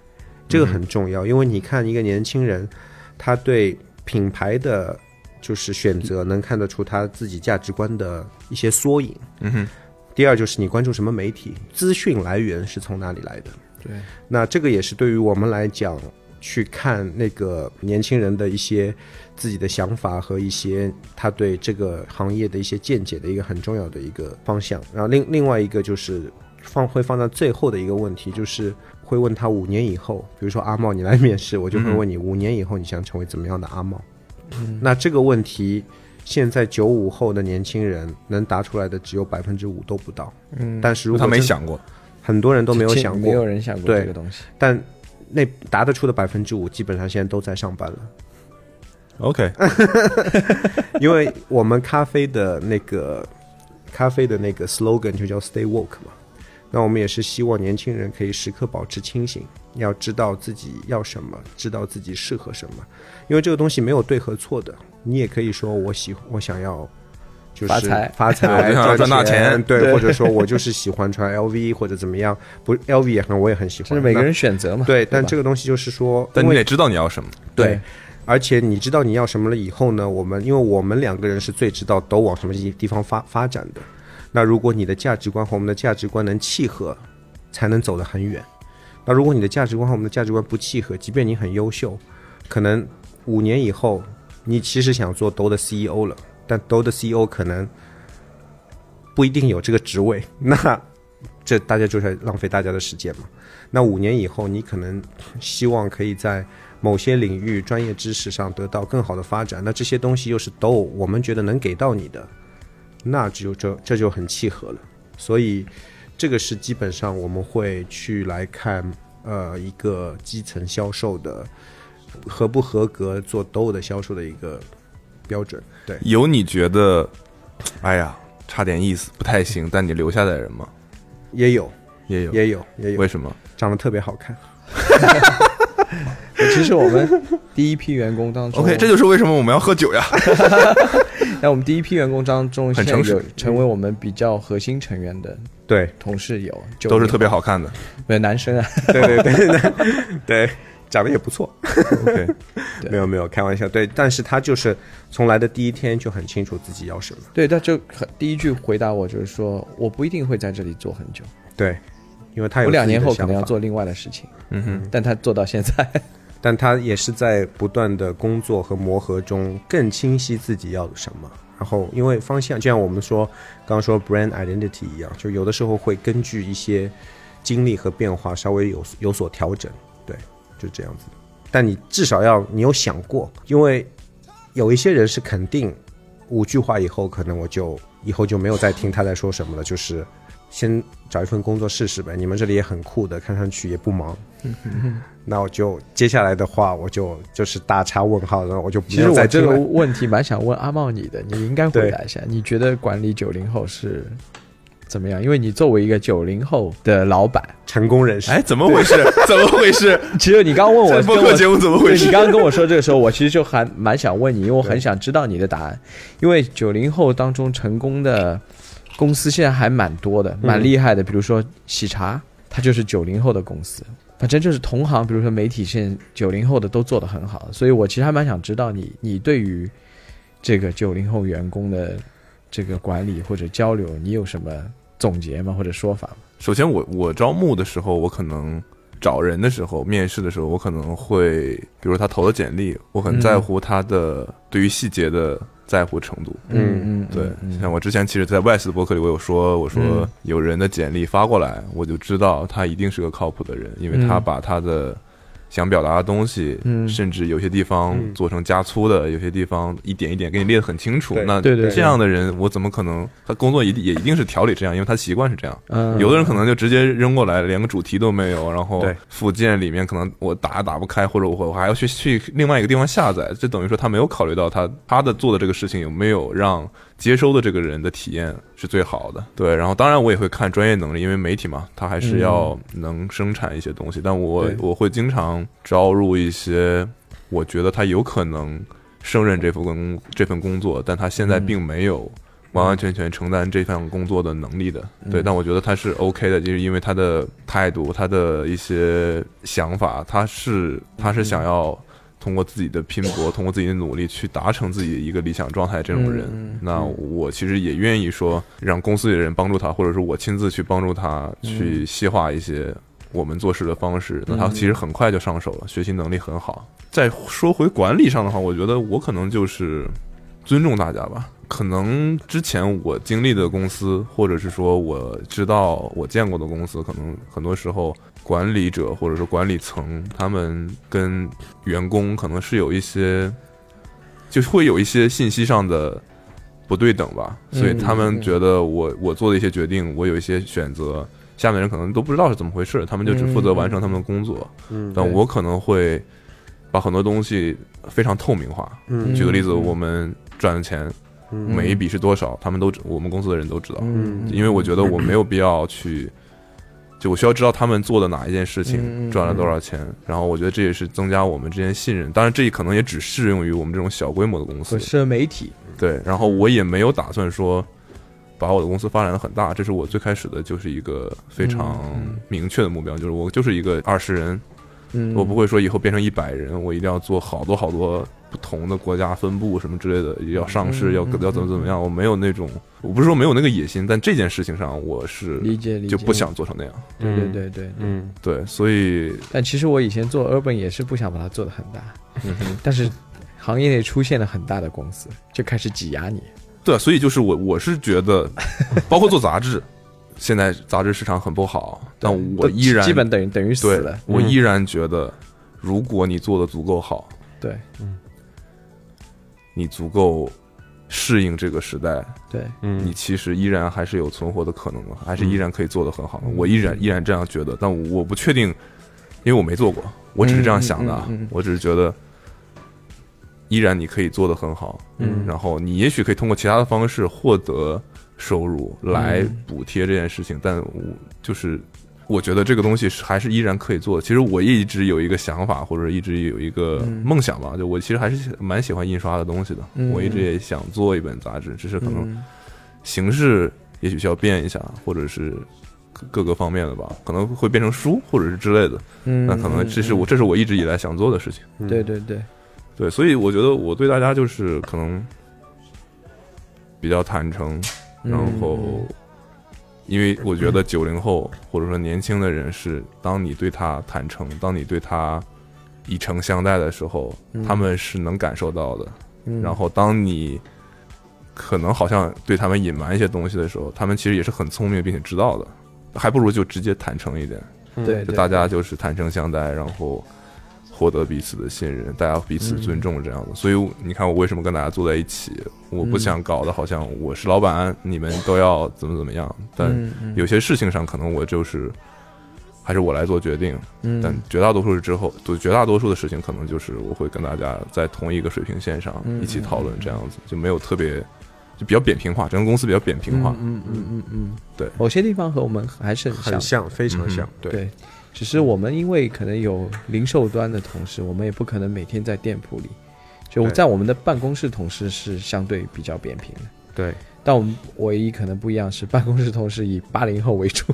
S2: 这个很重要，因为你看一个年轻人，他对品牌的就是选择能看得出他自己价值观的一些缩影。
S1: 嗯哼，
S2: 第二就是你关注什么媒体，资讯来源是从哪里来的。
S3: 对，
S2: 那这个也是对于我们来讲，去看那个年轻人的一些自己的想法和一些他对这个行业的一些见解的一个很重要的一个方向。然后另另外一个就是放会放到最后的一个问题，就是会问他五年以后，比如说阿茂你来面试，我就会问你五年以后你想成为怎么样的阿茂。那这个问题，现在九五后的年轻人能答出来的只有百分之五都不到。嗯，但是如果
S1: 他没
S2: 真，
S1: 想过，
S2: 很多人都没有想
S3: 没
S2: 过，
S3: 有人想过
S2: 对
S3: 这个东西。
S2: 但那答得出的百分之五，基本上现在都在上班了，
S1: OK，
S2: 因为我们咖啡的那个咖啡的那个 slogan 就叫 Stay Woke 嘛。那我们也是希望年轻人可以时刻保持清醒，要知道自己要什么，知道自己适合什么，因为这个东西没有对和错的。你也可以说我喜我想要就是
S3: 发财
S2: 发财
S1: 对 我想要赚大钱
S2: 钱，对，或者说我就是喜欢穿 LV 或者怎么样，不 LV 也很我也很喜欢，
S3: 这是每个
S2: 那
S3: 人选择嘛？
S2: 对，
S3: 吧
S2: 但这个东西就是说，
S1: 但
S2: 因
S1: 你
S2: 为
S1: 得知道你要什么。
S2: 对，而且你知道你要什么了以后呢，我们因为我们两个人是最知道都往什么地地方发发展的。那如果你的价值观和我们的价值观能契合，才能走得很远。那如果你的价值观和我们的价值观不契合，即便你很优秀，可能五年以后，你其实想做 DO 的 CEO 了，但 DO 的 CEO 可能不一定有这个职位， 那这大家就是浪费大家的时间嘛。那五年以后，你可能希望可以在某些领域专业知识上得到更好的发展，那这些东西又是都我们觉得能给到你的，那只有这这就很契合了。所以这个是基本上我们会去来看，呃，一个基层销售的合不合格做都的销售的一个标准。对，
S1: 有你觉得，哎呀，差点意思，不太行，但你留下来的人吗？
S2: 也有，
S1: 也有，
S2: 也有，也有
S1: 为，什么？
S2: 长得特别好看。
S3: 其实我们第一批员工当中
S1: OK，这就是为什么我们要喝酒呀。
S3: 那我们第一批员工当中，
S1: 很
S3: 现在
S1: 诚实
S3: 有成为我们比较核心成员的
S2: 对，
S3: 同事有，
S1: 都是特别
S3: 好，
S1: 好看的。
S3: 对男生啊，
S2: 对对对对 对，长得也不错。
S1: OK，
S3: 对
S2: 没有没有，开玩笑。对，但是他就是从来的第一天就很清楚自己要什么。
S3: 对，他就很第一句回答我就是说，我不一定会在这里做很久，
S2: 对，因为他有
S3: 我两年后
S2: 自己
S3: 可
S2: 的
S3: 能要
S2: 想法，
S3: 做另外的事情，
S1: 嗯哼，
S3: 但他做到 现在，
S2: 但他也是在不断的工作和磨合中更清晰自己要什么。然后，因为方向，就像我们说刚刚说 brand identity 一样，就有的时候会根据一些经历和变化稍微有有所调整。对，就这样子。但你至少要你有想过，因为有一些人是肯定五句话以后，可能我就以后就没有再听他在说什么了，就是先找一份工作试试呗。你们这里也很酷的，看上去也不忙。那我就接下来的话，我就就是大叉问号，然后我就
S3: 其
S2: 没
S3: 实
S2: 有
S3: 我
S2: 再
S3: 这
S2: 听
S3: 个
S2: 了。
S3: 问题蛮想问阿茂你的，你应该回答一下，你觉得管理九零后是怎么样？因为你作为一个九零后的老板，
S2: 成功人士。
S1: 哎，怎么回事？ 怎么回事？
S3: 其实你 刚问我
S1: 这播
S3: 跟我
S1: 客节目怎么回
S3: 对
S1: 事
S3: 你？刚刚跟我说这个时候，我其实就还蛮想问你，因为我很想知道你的答案。因为九零后当中成功的公司现在还蛮多的，
S1: 嗯
S3: 蛮厉害的。比如说喜茶，它就是九零后的公司。反正就是同行，比如说媒体现九零后的都做得很好，所以我其实还蛮想知道你你对于这个九零后员工的这个管理或者交流，你有什么总结吗？或者说法吗？
S1: 首先我，我招募的时候，我可能找人的时候，面试的时候，我可能会，比如他投的简历，我很在乎他的、对于细节的在乎程度。
S3: 嗯嗯，
S1: 对，
S3: 嗯
S1: 像我之前其实，在 West 的博客里，我有说，我说
S3: 嗯
S1: 有人的简历发过来，我就知道他一定是个靠谱的人，因为他
S3: 嗯
S1: 把他的想表达的东西，
S3: 嗯
S1: 甚至有些地方
S2: 嗯
S1: 做成加粗的，有些地方一点一点给你列得很清楚
S2: 对。
S1: 那
S3: 对对对
S1: 这样的人，我怎么可能？他工作一定也一定是条理这样，因为他习惯是这样。
S3: 嗯，
S1: 有的人可能就直接扔过来，连个主题都没有，然后
S2: 对
S1: 附件里面可能我打也打不开，或者我我还要去去另外一个地方下载，这等于说他没有考虑到他他的做的这个事情有没有让接收的这个人的体验是最好的。对，然后当然我也会看专业能力，因为媒体嘛，他还是要能生产一些东西，但我
S3: 对
S1: 我会经常招入一些我觉得他有可能胜任这份工这份工作，但他现在
S3: 嗯
S1: 并没有完完全全承担这项工作的能力的。对，
S3: 嗯
S1: 但我觉得他是 OK 的，就是因为他的态度、他的一些想法，他是他是
S3: 嗯
S1: 想要通过自己的拼搏、通过自己的努力去达成自己一个理想状态这种人。
S3: 嗯嗯
S1: 那我其实也愿意说让公司里的人帮助他，或者说我亲自去帮助他
S3: 嗯
S1: 去细化一些我们做事的方式。那他
S3: 嗯
S1: 其实很快就上手了，学习能力很好。再说回管理上的话，我觉得我可能就是尊重大家吧。可能之前我经历的公司，或者是说我知道我见过的公司，可能很多时候管理者或者说管理层，他们跟员工可能是有一些，就是会有一些信息上的不对等吧，所以
S3: 嗯
S1: 他们
S3: 嗯
S1: 觉得我我做的一些决定，我有一些选择，下面的人可能都不知道是怎么回事，他们就只负责完成他们的工作，
S2: 嗯
S1: 但
S3: 对
S1: 我可能会把很多东西非常透明化。
S2: 嗯
S1: 举个例子，
S3: 嗯
S1: 我们赚的钱
S2: 嗯
S1: 每一笔是多少，他们都知我们公司的人都知道，
S3: 嗯
S1: 因为我觉得我没有必要去，就我需要知道他们做的哪一件事
S3: 嗯嗯
S1: 情
S3: 嗯
S1: 赚了多少钱，然后我觉得这也是增加我们之间信任。当然，这可能也只适用于我们这种小规模的公司
S3: 和，社媒体，
S1: 对。然后我也没有打算说把我的公司发展的很大，这是我最开始的就是一个
S3: 嗯
S1: 非常明确的目标，就是我就是一个二十人，
S3: 嗯，
S1: 我不会说以后变成一百人，我一定要做好多好多不同的国家分布什么之类的，要上市，
S3: 嗯
S1: 要
S3: 嗯
S1: 要怎么怎么样。我没有那种，我不是说没有那个野心，但这件事情上我是
S3: 嗯理解理解，
S1: 就不想做成那样。
S3: 对对对对。
S2: 嗯
S1: 对，所以
S3: 但其实我以前做 urban 也是不想把它做得很大，
S1: 嗯
S3: 但是行业内出现了很大的公司，就开始挤压你。
S1: 对，啊所以就是我我是觉得， 包括做杂志，现在杂志市场很不好，但我
S3: 都
S1: 依然
S3: 基本等于等于死
S1: 对
S3: 了，。
S1: 我
S2: 嗯
S1: 依然觉得，如果你做的足够好，
S3: 对
S1: 你足够适应这个时代，
S3: 对，
S2: 嗯
S1: 你其实依然还是有存活的可能的，还
S3: 嗯
S1: 是依然可以做得很好的。我依然依然这样觉得，但我我不确定，因为我没做过，我只是这样想的啊，
S3: 嗯嗯嗯嗯
S1: 我只是觉得，依然你可以做得很好，
S3: 嗯
S1: 然后你也许可以通过其他的方式获得收入来
S3: 嗯
S1: 补贴这件事情，但我就是。我觉得这个东西是还是依然可以做的。其实我一直有一个想法，或者一直有一个
S3: 嗯
S1: 梦想吧。就我其实还是蛮喜欢印刷的东西的。
S3: 嗯
S1: 我一直也想做一本杂志，只是可能
S3: 嗯
S1: 形式也许需要变一下，或者是各各个方面的吧，可能会变成书或者是之类的。
S3: 嗯，
S1: 那可能这是我
S3: 嗯
S1: 这是我一直以来想做的事情。
S3: 嗯对对对，
S1: 对，所以我觉得我对大家就是可能比较坦诚，
S3: 嗯
S1: 然后因为我觉 得九零后或者说年轻的人是，当你对他坦诚，当你对他以诚相待的时候，
S3: 嗯
S1: 他们是能感受到的。
S3: 嗯
S1: 然后当你可能好像对他们隐瞒一些东西的时候，他们其实也是很聪明并且知道的，还不如就直接坦诚一点，
S3: 对
S1: 就
S3: 对
S1: 大家就是坦诚相待，然后获得彼此的信任，大家彼
S3: 嗯
S1: 此尊重这样的。所以你看我为什么跟大家坐在一起，我不
S3: 嗯
S1: 想搞得好像我是老板，你们都要怎么怎么样，但
S3: 嗯嗯
S1: 有些事情上可能我就是。还是我来做决定，
S3: 嗯
S1: 但绝大多数之后，对绝大多数的事情，可能就是我会跟大家在同一个水平线上
S3: 嗯
S1: 一起讨论这样子，就没有特别就比较扁平化，整个公司比较扁平化。
S3: 嗯嗯嗯嗯，
S1: 对
S3: 某些地方和我们还是很像
S2: 很
S3: 的，
S2: 像，非
S1: 嗯
S2: 常
S3: 嗯
S2: 像，对。
S3: 对，只是我们因为可能有零售端的同事，我们也不可能每天在店铺里，就
S2: 对
S3: 在我们的办公室同事是相对比较扁平的。
S2: 对
S3: 但我们唯一可能不一样是，办公室同事以八零后为主，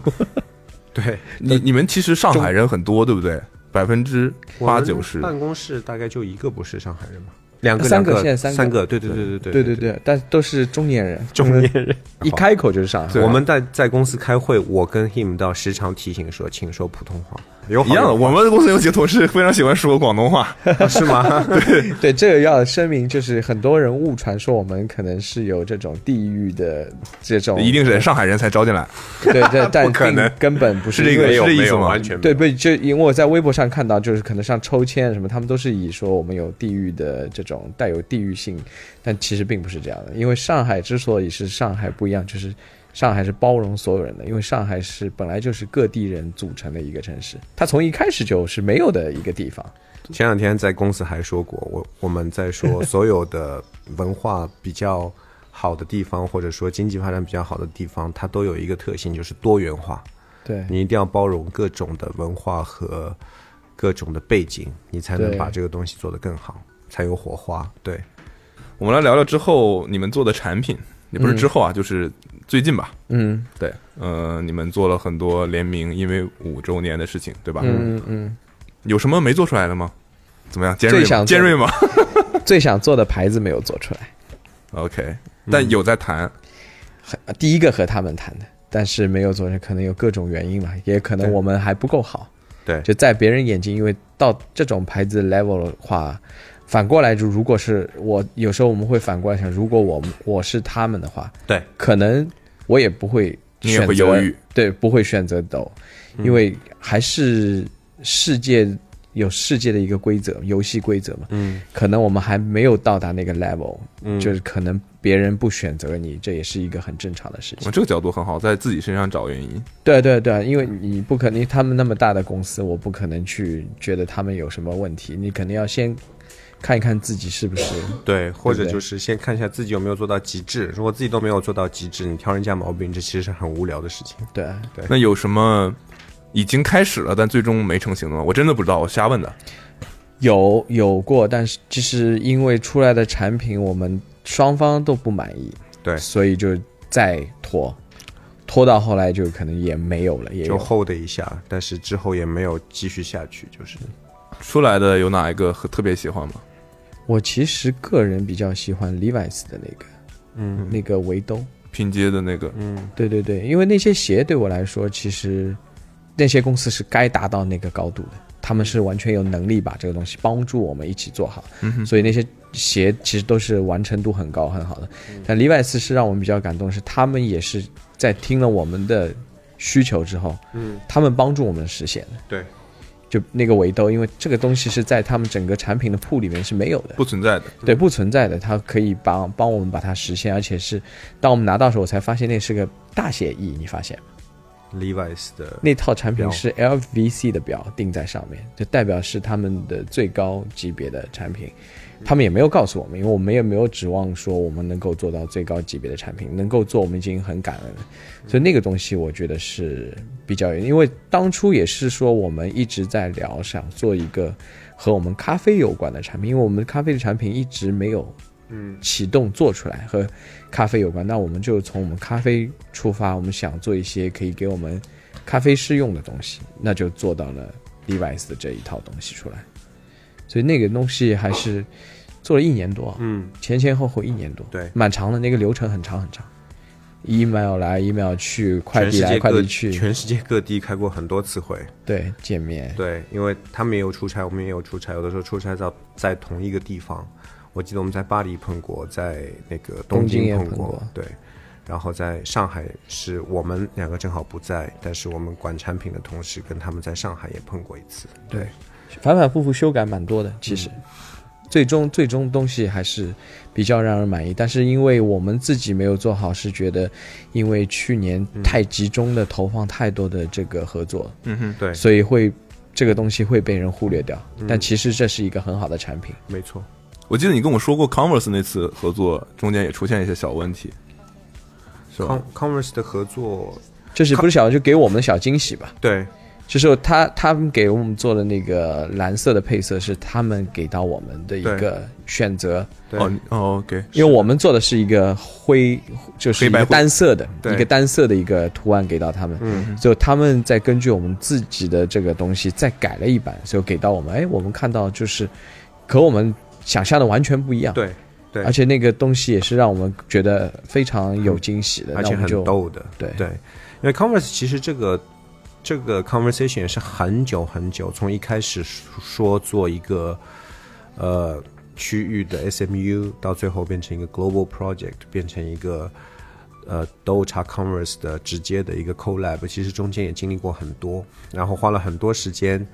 S2: 对，
S1: 你你们其实上海人很多，对不对？百分之
S2: 我们
S1: 八九十，
S2: 办公室大概就一个不是上海人嘛，两个
S3: 三个
S2: 两
S3: 现在三
S2: 三
S3: 个
S2: 个，对对对对
S3: 对
S2: 对
S3: 对，对，但都是中年人，
S2: 中年人。
S3: 一开口就是上海
S1: 对
S2: 我们在在公司开会，我跟 him 到时常提醒说，请说普通话，有
S1: 一样的。我们公司有几个同事非常喜欢说广东话，
S2: 们是 吗？
S3: 对对，这个要声明，就是很多人误传说我们可能是有这种地域的这种，
S1: 一定是上海人才招进来。
S3: 对 对，但
S1: 不可能
S3: 并根本不
S1: 是
S3: 是
S1: 这
S3: 因
S1: 个
S3: 为
S2: 没有
S1: 是这意
S2: 没
S1: 思
S2: 有
S1: 吗
S2: 完全没有
S3: 对，不就因为我在微博上看到，就是可能像抽签什么，他们都是以说我们有地域的这种带有地域性，但其实并不是这样的。因为上海之所以是上海不一样，就是上海是包容所有人的，因为上海是本来就是各地人组成的一个城市，它从一开始就是没有的一个地方。
S2: 前两天在公司还说过，我我们在说所有的文化比较好的地方，或者说经济发展比较好的地方，它都有一个特性，就是多元化。
S3: 对，
S2: 你一定要包容各种的文化和各种的背景，你才能
S3: 对
S2: 把这个东西做得更好，才有火花。对，
S1: 我们来聊聊之后你们做的产品，也不是之后啊，就是最近吧。
S3: 嗯
S1: 对，呃，你们做了很多联名，因为五周年的事情，对吧？
S3: 嗯嗯
S1: 有什么没做出来的吗？怎么样，尖
S3: 最
S1: 锐吗？
S3: 想做
S1: 尖锐吗
S3: 嗯，最想做的牌子没有做出来，
S1: ？OK，但有在谈，
S3: 很第一个和他们谈的。但是没有做成，可能有各种原因嘛，也可能
S2: 对
S3: 我们还不够好。
S2: 对，
S3: 就在别人眼睛，因为到这种牌子 level 的话，反过来就如果是我，有时候我们会反过来想，如果我我是他们的话，
S2: 对，
S3: 可能我也不会
S1: 你也
S3: 选择
S1: 会犹豫，嗯
S3: 对，不会选择抖，因为还是世界有世界的一个规则，游戏规则嘛，
S2: 嗯，
S3: 可能我们还没有到达那个 level，、
S2: 嗯
S3: 就是可能别人不选择你，这也是一个很正常的事情
S1: 我。这个角度很好，在自己身上找原因。
S3: 对对对，因为你不可能，他们那么大的公司，我不可能去觉得他们有什么问题，你肯定要先看一看自己是不是。
S2: 对，或者
S3: 对
S2: 就是先看一下自己有没有做到极致。如果自己都没有做到极致，你挑人家毛病，这其实是很无聊的事情。
S3: 对，
S2: 对
S1: 那有什么已经开始了，但最终没成型的吗？我真的不知道，我瞎问的。
S3: 有有过，但是其实因为出来的产品我们双方都不满意，
S2: 对
S3: 所以就再拖，拖到后来就可能也没有了，也
S2: 就
S3: 有。
S2: 厚的一下，但是之后也没有继续下去，就是
S1: 出来的有哪一个很特别喜欢吗？
S3: 我其实个人比较喜欢 Levi's 的那个，嗯，那个围兜，
S1: 拼接的那个，
S3: 对对对，因为那些鞋对我来说，其实那些公司是该达到那个高度的，他们是完全有能力把这个东西帮助我们一起做好。
S2: 嗯
S3: 所以那些鞋其实都是完成度很高很好的。但李外斯是让我们比较感动的是，他们也是在听了我们的需求之后，
S2: 嗯，
S3: 他们帮助我们实现的。
S2: 对，
S3: 就那个围兜，因为这个东西是在他们整个产品的铺里面是没有的。
S1: 不存在的。
S3: 对，不存在的，它可以帮帮我们把它实现，而且是当我们拿到的时候，我才发现那是个大写 E，你发现吗
S2: Levi's 的
S3: 那套产品
S2: 标
S3: 是 LVC 的标钉在上面，就代表是他们的最高级别的产品。他们也没有告诉我们，因为我们也没有指望说我们能够做到最高级别的产品，能够做我们已经很感恩
S2: 嗯
S3: 了。所以那个东西我觉得是比较有，因为当初也是说我们一直在聊想做一个和我们咖啡有关的产品，因为我们咖啡的产品一直没有
S2: 嗯
S3: 启动做出来和咖啡有关，那我们就从我们咖啡出发，我们想做一些可以给我们咖啡师用的东西，那就做到了 Levi's 的这一套东西出来。所以那个东西还是做了一年多，
S2: 嗯，
S3: 前前后后一年多，
S2: 对
S3: 蛮长的，那个流程很长很长，email 来 email 去，快
S2: 全
S3: 递
S2: 世
S3: 来
S2: 界
S3: 快
S2: 各
S3: 递去，
S2: 全世界各地开过很多次会，
S3: 对，见面，
S2: 对，因为他们也有出差，我们也有出差，有的时候出差到在同一个地方。我记得我们在巴黎碰过，在那个
S3: 东京
S2: 京
S3: 也
S2: 碰
S3: 碰过
S2: 对。然后在上海是我们两个正好不在，但是我们管产品的同事跟他们在上海也碰过一次。对，
S3: 反反复复修改蛮多的，其实。最终，最终东西还是比较让人满意，但是因为我们自己没有做好，是觉得因为去年太集中的投放太多的这个合作，
S1: 嗯哼，
S2: 对，
S3: 所以会这个东西会被人忽略掉。但其实这是一个很好的产品，
S2: 没错。
S1: 我记得你跟我说过 Converse 那次合作中间也出现一些小问题，是吧
S2: Con-？Converse 的合作，
S3: 就是不是小，就给我们的小惊喜吧。
S2: 对，
S3: 就是他他们给我们做的那个蓝色的配色是他们给到我们的一个选择，
S2: 对
S1: 哦你哦，OK，
S3: 因为我们做的是一个灰，就是一
S1: 黑白
S3: 个
S1: 灰
S3: 单色的
S2: 对
S3: 一个单色的一个图案给到他们，
S2: 嗯，
S3: 所以他们再根据我们自己的这个东西再改了一版，所以给到我们，哎，我们看到就是和我们想象的完全不一样，，
S2: 对，对
S3: 而且那个东西也是让我们觉得非常有惊喜的，
S2: 而
S3: 那
S2: 且
S3: 我们
S2: 很
S3: 就
S2: 逗的，
S3: 对
S2: 对，因为 Converse 其实这个这个 conversation 是很久很久，从一开始说做一个呃区域的 SMU，到最后变成一个 global project，变成一个呃 Dota Converse 的直接的一个 collab，其实中间也经历过很多，然后花了很多时间。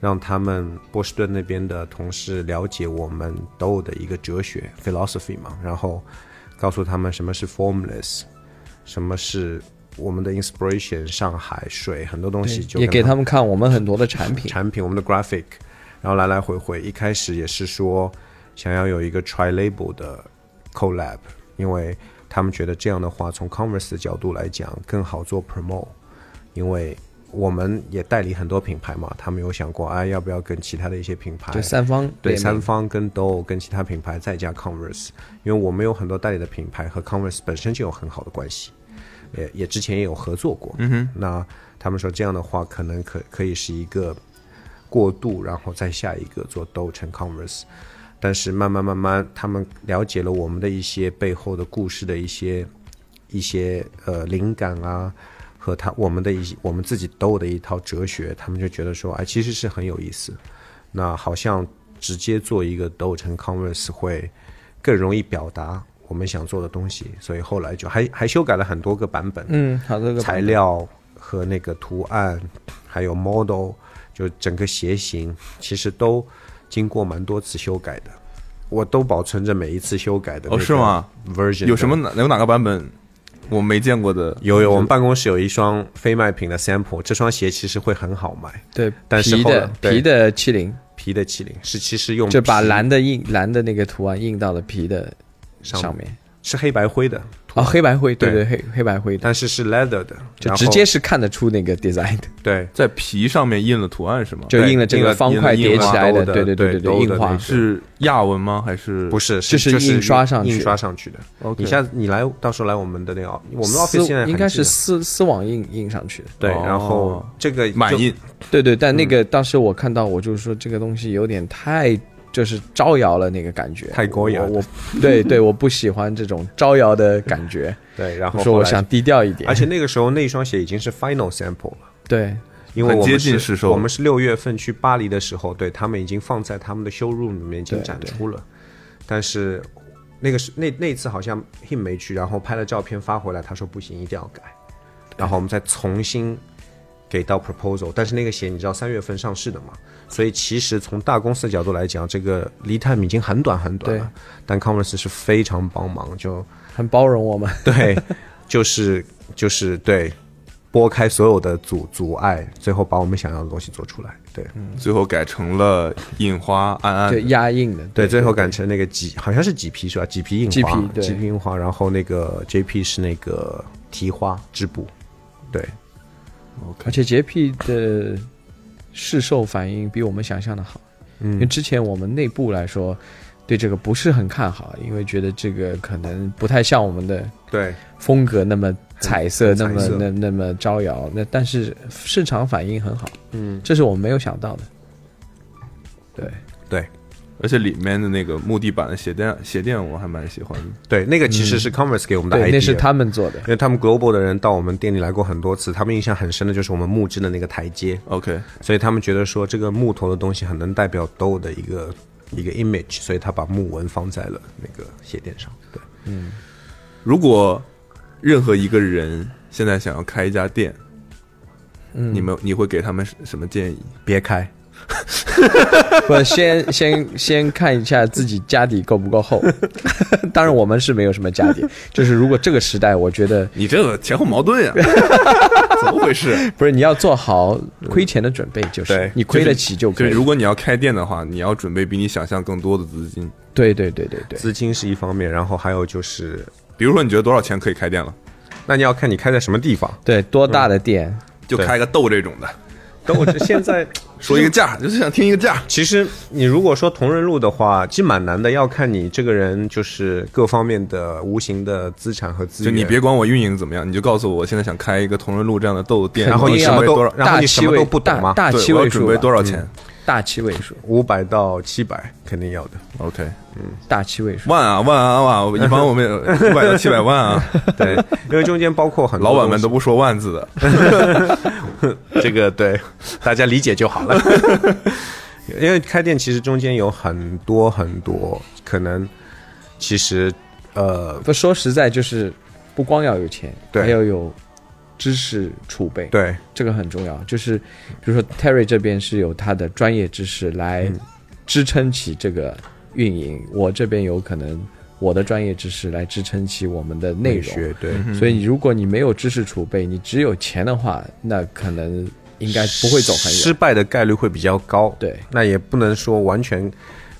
S2: 让他们波士顿那边的同事了解我们 DO 的一个哲学 philosophy 嘛，然后告诉他们什么是 formless，什么是我们的 inspiration，上海水很多东西就
S3: 也
S2: 跟
S3: 给他们看我们很多的产品，
S2: 产品，我们的 graphic，然后来来回回，一开始也是说想要有一个 try label 的 collab，因为他们觉得这样的话，从 Converse 的角度来讲更好做 promo，因为我们也代理很多品牌嘛，他们有想过，哎，要不要跟其他的一些品牌
S3: 就三方
S2: 对
S3: 联
S2: 三
S3: 名
S2: 方跟 DO 跟其他品牌再加 Converse，因为我们有很多代理的品牌和 Converse 本身就有很好的关系，也也之前也有合作过。嗯哼，那他们说这样的话，可能可可以是一个过渡，然后再下一个做 DO 成 Converse。但是慢慢慢慢，他们了解了我们的一些背后的故事的一些一些呃灵感啊，和他我们的一些我们自己兜的一套哲学，他们就觉得说，哎，其实是很有意思。那好像直接做一个斗城 Converse 会更容易表达我们想做的东西，所以后来就还还修改了很多个版本，
S3: 嗯，好多个
S2: 材料和那个图案，还有 model，就整个鞋型，其实都经过蛮多次修改的。我都保存着每一次修改的
S1: 哦是吗
S2: ？version
S1: 有什
S2: 的
S1: 么哪有哪个版本我没见过的？
S2: 有有，我们办公室有一双非卖品的 sample，这双鞋其实会很好卖，
S3: 对，
S2: 但是
S3: 皮
S2: 后来
S3: 的
S2: 对
S3: 皮的七零，
S2: 皮的麒麟是其实用
S3: 就把
S2: 皮
S3: 蓝的印蓝的那个图案印到了皮的
S2: 上
S3: 上面，
S2: 是黑白灰的，
S3: 哦，黑白灰，对
S2: 对
S3: 对，黑黑白灰的，
S2: 但是是 leather 的，
S3: 就
S2: 然后
S3: 直接是看得出那个 design 的，
S2: 对
S1: 在皮上面印了图案是吗？
S3: 就
S2: 对
S3: 印了这
S2: 印了
S3: 个方块
S1: 印了
S3: 叠起来
S2: 印花
S3: 的，
S2: 的
S3: 对对
S2: 对
S3: 对
S2: 都的
S3: 对，印
S2: 那
S3: 花
S2: 个
S1: 是亚文吗？还是
S2: 不是
S3: 这是
S2: 就是
S3: 印刷上去
S2: 印刷上去的。
S1: OK
S2: 你下次你来到时候来我们的那个，我们的
S3: 丝
S2: office 现在很
S3: 应该
S2: 近的
S3: 是丝丝网印印上去的，
S2: 对，
S1: 哦
S2: 然后这个就
S1: 满印？
S3: 对对，
S2: 嗯
S3: 但那个当时我看到，我就说这个东西有点太。就是招摇了那个感觉，
S2: 太高雅
S3: 我我对对，我不喜欢这种招摇的感觉。
S2: 对， 然后
S3: 我说
S2: 后
S3: 我
S2: 来
S3: 想，低调一点，
S2: 而且那个时候那双鞋已经是 final sample 了。
S3: 对
S2: 因为我们
S1: 很接近
S2: 是
S1: 试售
S2: 我们是六月份去巴黎的时候，对他们已经放在他们的 showroom 里面已经展出了，但是那个是那那一次好像 him 没去，然后拍了照片发回来，他说不行，一定要改，然后我们再重新给到 proposal，但是那个鞋你知道三月份上市的嘛，所以其实从大公司的角度来讲，这个 lead time 已经很短很短了，但 Converse 是非常帮忙，就
S3: 很包容我们。
S2: 对，就是就是对，拨开所有的阻阻碍，最后把我们想要的东西做出来。对、
S3: 嗯
S1: 最后改成了印花暗
S2: 嗯
S1: 暗
S3: 对
S1: 的。
S3: 压印的，
S2: 对，最后改成那个麂，好像是麂皮是吧？麂皮印花，
S3: 麂皮对
S2: 麂皮印花，然后那个 JP 是那个提花织布。对，
S3: 而且洁癖的市售反应比我们想象的好，因为
S2: 嗯，
S3: 之前我们内部来说对这个不是很看好，因为觉得这个可能不太像我们的
S2: 对，
S3: 风格那么彩色，
S2: 很
S3: 那么
S2: 彩色
S3: 那那么招摇。那但是市场反应很好，
S2: 嗯，
S3: 这是我们没有想到的。对，
S2: 对，
S1: 而且里面的那个木地板的鞋垫，鞋垫我还蛮喜欢的。
S2: 对，那个其实是 Converse 给我们的 idea，、
S3: 嗯对，那是他们做的
S2: 因。为他们 Global 的人到我们店里来过很多次，他们印象很深的就是我们木质的那个台阶，
S1: OK，
S2: 所以他们觉得说这个木头的东西很能代表 DO 的一个一个 image，所以他把木纹放在了那个鞋垫上。对，
S1: 如果任何一个人现在想要开一家店，嗯，你们你会给他们什什么建议？
S2: 别开，
S3: 不，先先先看一下自己家底够不够厚。 当然，我们是没有什么家底，就是如果这个时代，我觉得
S1: 你这个前后矛盾呀、怎么回事？
S3: 不是你要做好亏钱的准备，就是
S1: 对
S3: 你亏得起就
S1: 就
S3: 可以。
S1: 如果你要开店的话，你要准备比你想象更多的资金。
S3: 对对对对对，
S2: 资金是一方面，然后还有就是，
S1: 比如说，你觉得多少钱可以开店了？
S2: 那你要看你开在什么 地方。
S3: 对多大的店？
S1: 就
S2: 对
S1: 开个豆这种的，
S2: 等我这现在
S1: 说一个价， 就是想听一个价。
S2: 其实你如果说同人录的话，其实蛮难的，要看你这个人就是各方面的无形的资产和资
S1: 就
S2: 源。
S1: 你别管我运营怎么样，你就告诉我，我现在想开一个同仁路这样的豆店，
S2: 然后你
S1: 你
S2: 什么
S1: 多
S2: 都
S1: 少，，
S2: 然后你什么都
S3: 大七位
S2: 不懂吗？
S3: 大
S1: 对
S3: 七
S1: 我要
S3: 位数
S1: 准备
S3: 吧嗯
S1: 多少钱
S3: 大七位数，
S2: 五百到七百肯定要的。
S1: ？OK，
S3: 大七位数。
S1: 万啊万啊万啊！一般我们五百到七百万 啊，
S2: 对，因为中间包括很多
S1: 老板们
S2: 东
S1: 都不说万字的。
S2: 西 这个对，大家理解就好了。 因为开店其实中间有很多很多可能，其实呃，
S3: 不说实在，就是不光要有钱，
S2: 对
S3: 还要有知识储备，
S2: 对
S3: 这个很重要。就是比如说 Terry 这边是有他的专业知识来支撑起这个运营，我这边有可能我的专业知识来支撑起我们的
S2: 美
S3: 内容。嗯
S2: 学对。
S3: 所以，如果你没有知识储备，你只有钱的话，那可能应该不会走很
S2: 失
S3: 远。
S2: 败的概率会比较高。
S3: 对
S2: 那也不能说完全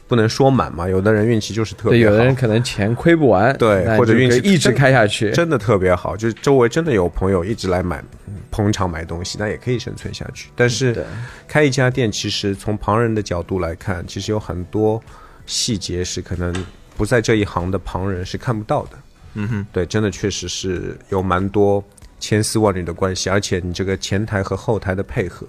S2: 不能说满嘛，有的人运气就是特
S3: 对，
S2: 别好，
S3: 有的人可能钱亏不完，
S2: 对
S3: 那
S2: 或者
S3: 就
S2: 运气
S3: 可以一直
S2: 真
S3: 开下去。
S2: 真的特别好，就是周围真的有朋友一直来买嗯捧场买东西，那也可以生存下去。但
S1: 嗯
S2: 是开一家店，其实从旁人的角度来看，其实有很多细节是可能不在这一行的旁人是看不到的。
S1: 嗯哼，
S2: 对，真的确实是有蛮多千丝万缕的关系，而且你这个前台和后台的配合，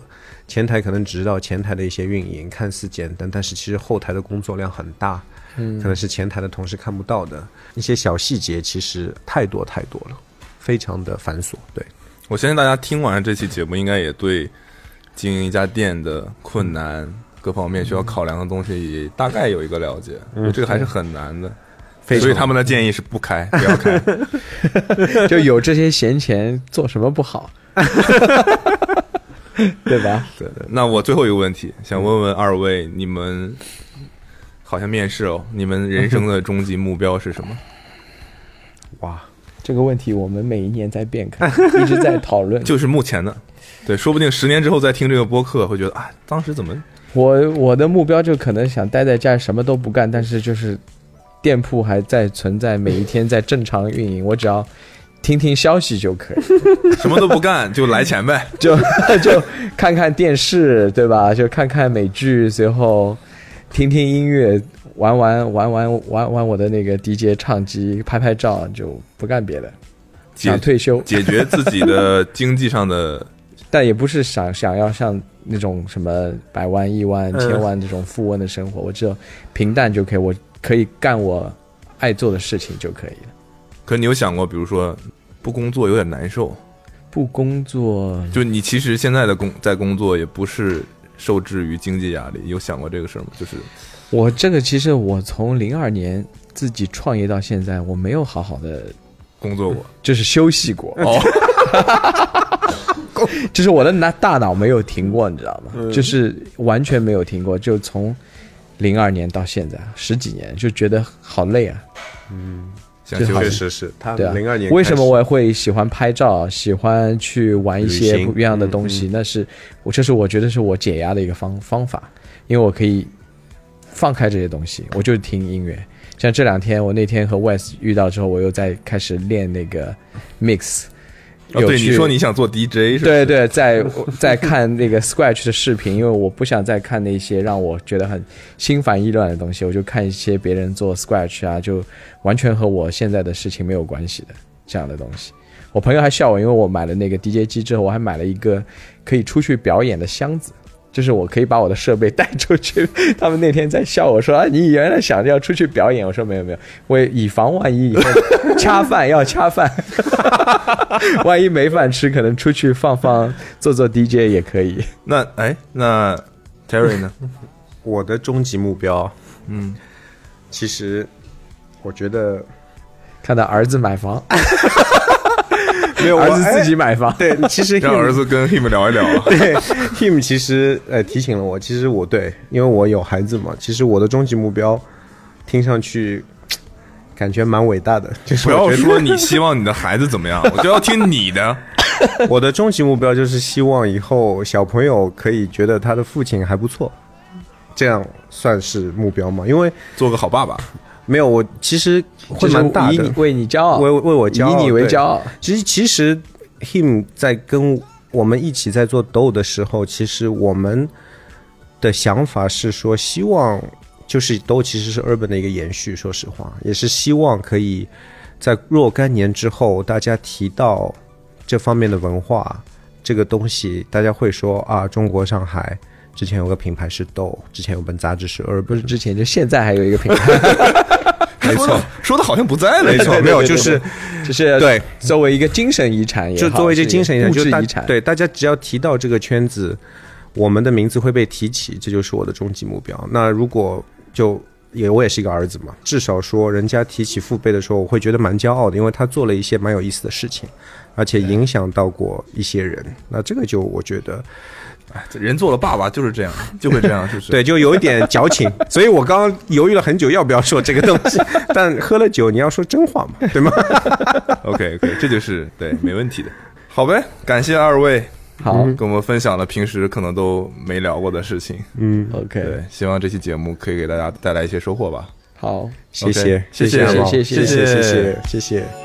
S2: 前台可能只知道前台的一些运营，看似简单，但是其实后台的工作量很大，嗯，可能是前台的同事看不到的一些小细节，其实太多太多了，非常的繁琐。对，
S1: 我相信大家听完这期节目，应该也对经营一家店的困难各方面需要考量的东西也大概有一个了解。这个还是很难的，
S2: 嗯非常
S1: 所以他们的建议是不开，不要开。
S3: 就有这些闲钱，做什么 不好？对吧？
S1: 对对。那我最后一个问题，想问问二位，你们好像面试哦，你们人生的终极目标是什么？
S2: 哇，
S3: 这个问题我们每一年在变改， 一直在讨论。
S1: 就是目前的，对，说不定十年之后再听这个播客，会觉得啊，当时怎么
S3: 我我的目标就可能想待在家什么都不干，但是就是店铺还在存在，每一天在正常运营，我只要听听消息就可以，
S1: 什么都不干 就来钱呗？
S3: 就就看看电视，对吧？就看看美剧，随后听听音乐，玩玩玩玩玩玩我的那个 DJ 唱机，拍拍照，就不干别的，
S1: 解
S3: 想退休。
S1: 解决自己的经济上的，
S3: 但也不是想想要像那种什么百万、亿万、
S2: 嗯
S3: 千万这种富翁的生活，我只有平淡就可以，我可以干我爱做的事情就可以了。
S1: 可你有想过，比如说不工作有点难受，
S3: 不工作，
S1: 就你其实现在的工在工作也不是受制于经济压力，有想过这个事儿吗？就是
S3: 我这个其实我从零二年自己创业到现在，我没有好好的
S1: 工作过，
S3: 就是休息过哦， 就是我的大大脑没有停过，你知道吗？就是完全没有停过，就从零二年到现在十几年，就觉得好累啊。
S1: 想休
S2: 确
S1: 息。
S2: 实是他
S3: 对啊，
S2: 零二年
S3: 为什么
S2: 开始
S3: 我会喜欢拍照，喜欢去玩一些
S2: 旅行嗯
S3: 不一样的东西？那是我，这是我觉得是我解压的一个方方法，因为我可以放开这些东西，我就听音乐。像这两天，我那天和 Wes 遇到之后，我又在开始练那个 mix。
S1: 哦
S3: 有
S1: 对，
S3: 去
S1: 你说你想做 DJ 是吧？
S3: 对对，在在看那个 Scratch 的视频，因为我不想再看那些让我觉得很心烦意乱的东西，我就看一些别人做 Scratch 啊，就完全和我现在的事情没有关系的这样的东西。我朋友还笑我，因为我买了那个 DJ 机之后，我还买了一个可以出去表演的箱子。就是我可以把我的设备带出去， 他们那天在笑我说：“啊，你原来想着要出去表演？”我说：“没有没有，我以防万一以后 掐饭要掐饭， 万一没饭吃，可能出去放放做做 DJ 也可以。
S1: 那哎，那 Terry 呢？
S2: 我的终极目标，
S1: 嗯，
S2: 其实我觉得
S3: 看到儿子买房，
S2: 哎没有哎
S3: 儿子自己。买房，
S2: 对，其实
S1: 让儿子跟 him 聊一聊 啊。
S2: 对，him 其实呃提醒了我，其实我对，因为我有孩子嘛，其实我的终极目标，听上去感觉蛮伟大的，就是
S1: 不要
S2: 我觉得
S1: 说你希望你的孩子怎 么样，我就要听你的。
S2: 我的终极目标就是希望以后小朋友可以觉得他的父亲还不错，这样算是目标吗？因为
S1: 做个好爸爸，
S2: 没有我其实会蛮大
S3: 就是以
S2: 的
S3: 你，为你骄傲，
S2: 为为我骄傲，
S3: 以你为
S2: 对
S3: 骄傲。
S2: 其实其实 him 在跟我们一起在做 do 的时候，其实我们的想法是说，希望就是 do 其实是 urban 的一个延续，说实话，也是希望可以在若干年之后，大家提到这方面的文化这个东西，大家会说啊，中国上海。之前有个品牌是豆，之前有本杂志是 Urban，
S3: 不是之前，就现在还有一个品牌，
S1: 没错，说的好像不在了一
S2: 没
S1: 样，
S2: 错，没有，就是
S3: 就是
S2: 对
S3: 作为一个精神遗产也好，
S2: 就作为一个精神遗产，
S3: 物
S2: 就
S3: 质
S2: 是大
S3: 遗产，
S2: 对大家只要提到这个圈子，我们的名字会被提起，这就是我的终极目标。那如果就也我也是一个儿子嘛，至少说人家提起父辈的时候，我会觉得蛮骄傲的，因为他做了一些蛮有意思的事情，而且影响到过一些人。那这个就我觉得
S1: 人做了爸爸就是这样，就会这样，就是
S2: 对，就有一点矫情，所以我刚刚犹豫了很久要不要说这个东西，但喝了酒你要说真话嘛，对吗？
S1: OK OK，这就是对，没问题的。好呗，感谢二位
S3: 好
S1: 跟我们分享了平时可能都没聊过的事情。
S3: ，OK，
S1: 对，希望这期节目可以给大家带来一些收获吧。
S3: 好，
S2: 谢
S1: OK，
S2: 谢，
S1: 谢
S2: 谢
S1: 谢
S2: 阿猫，
S3: 谢
S2: 谢
S3: 谢
S1: 谢
S2: 谢谢谢谢谢。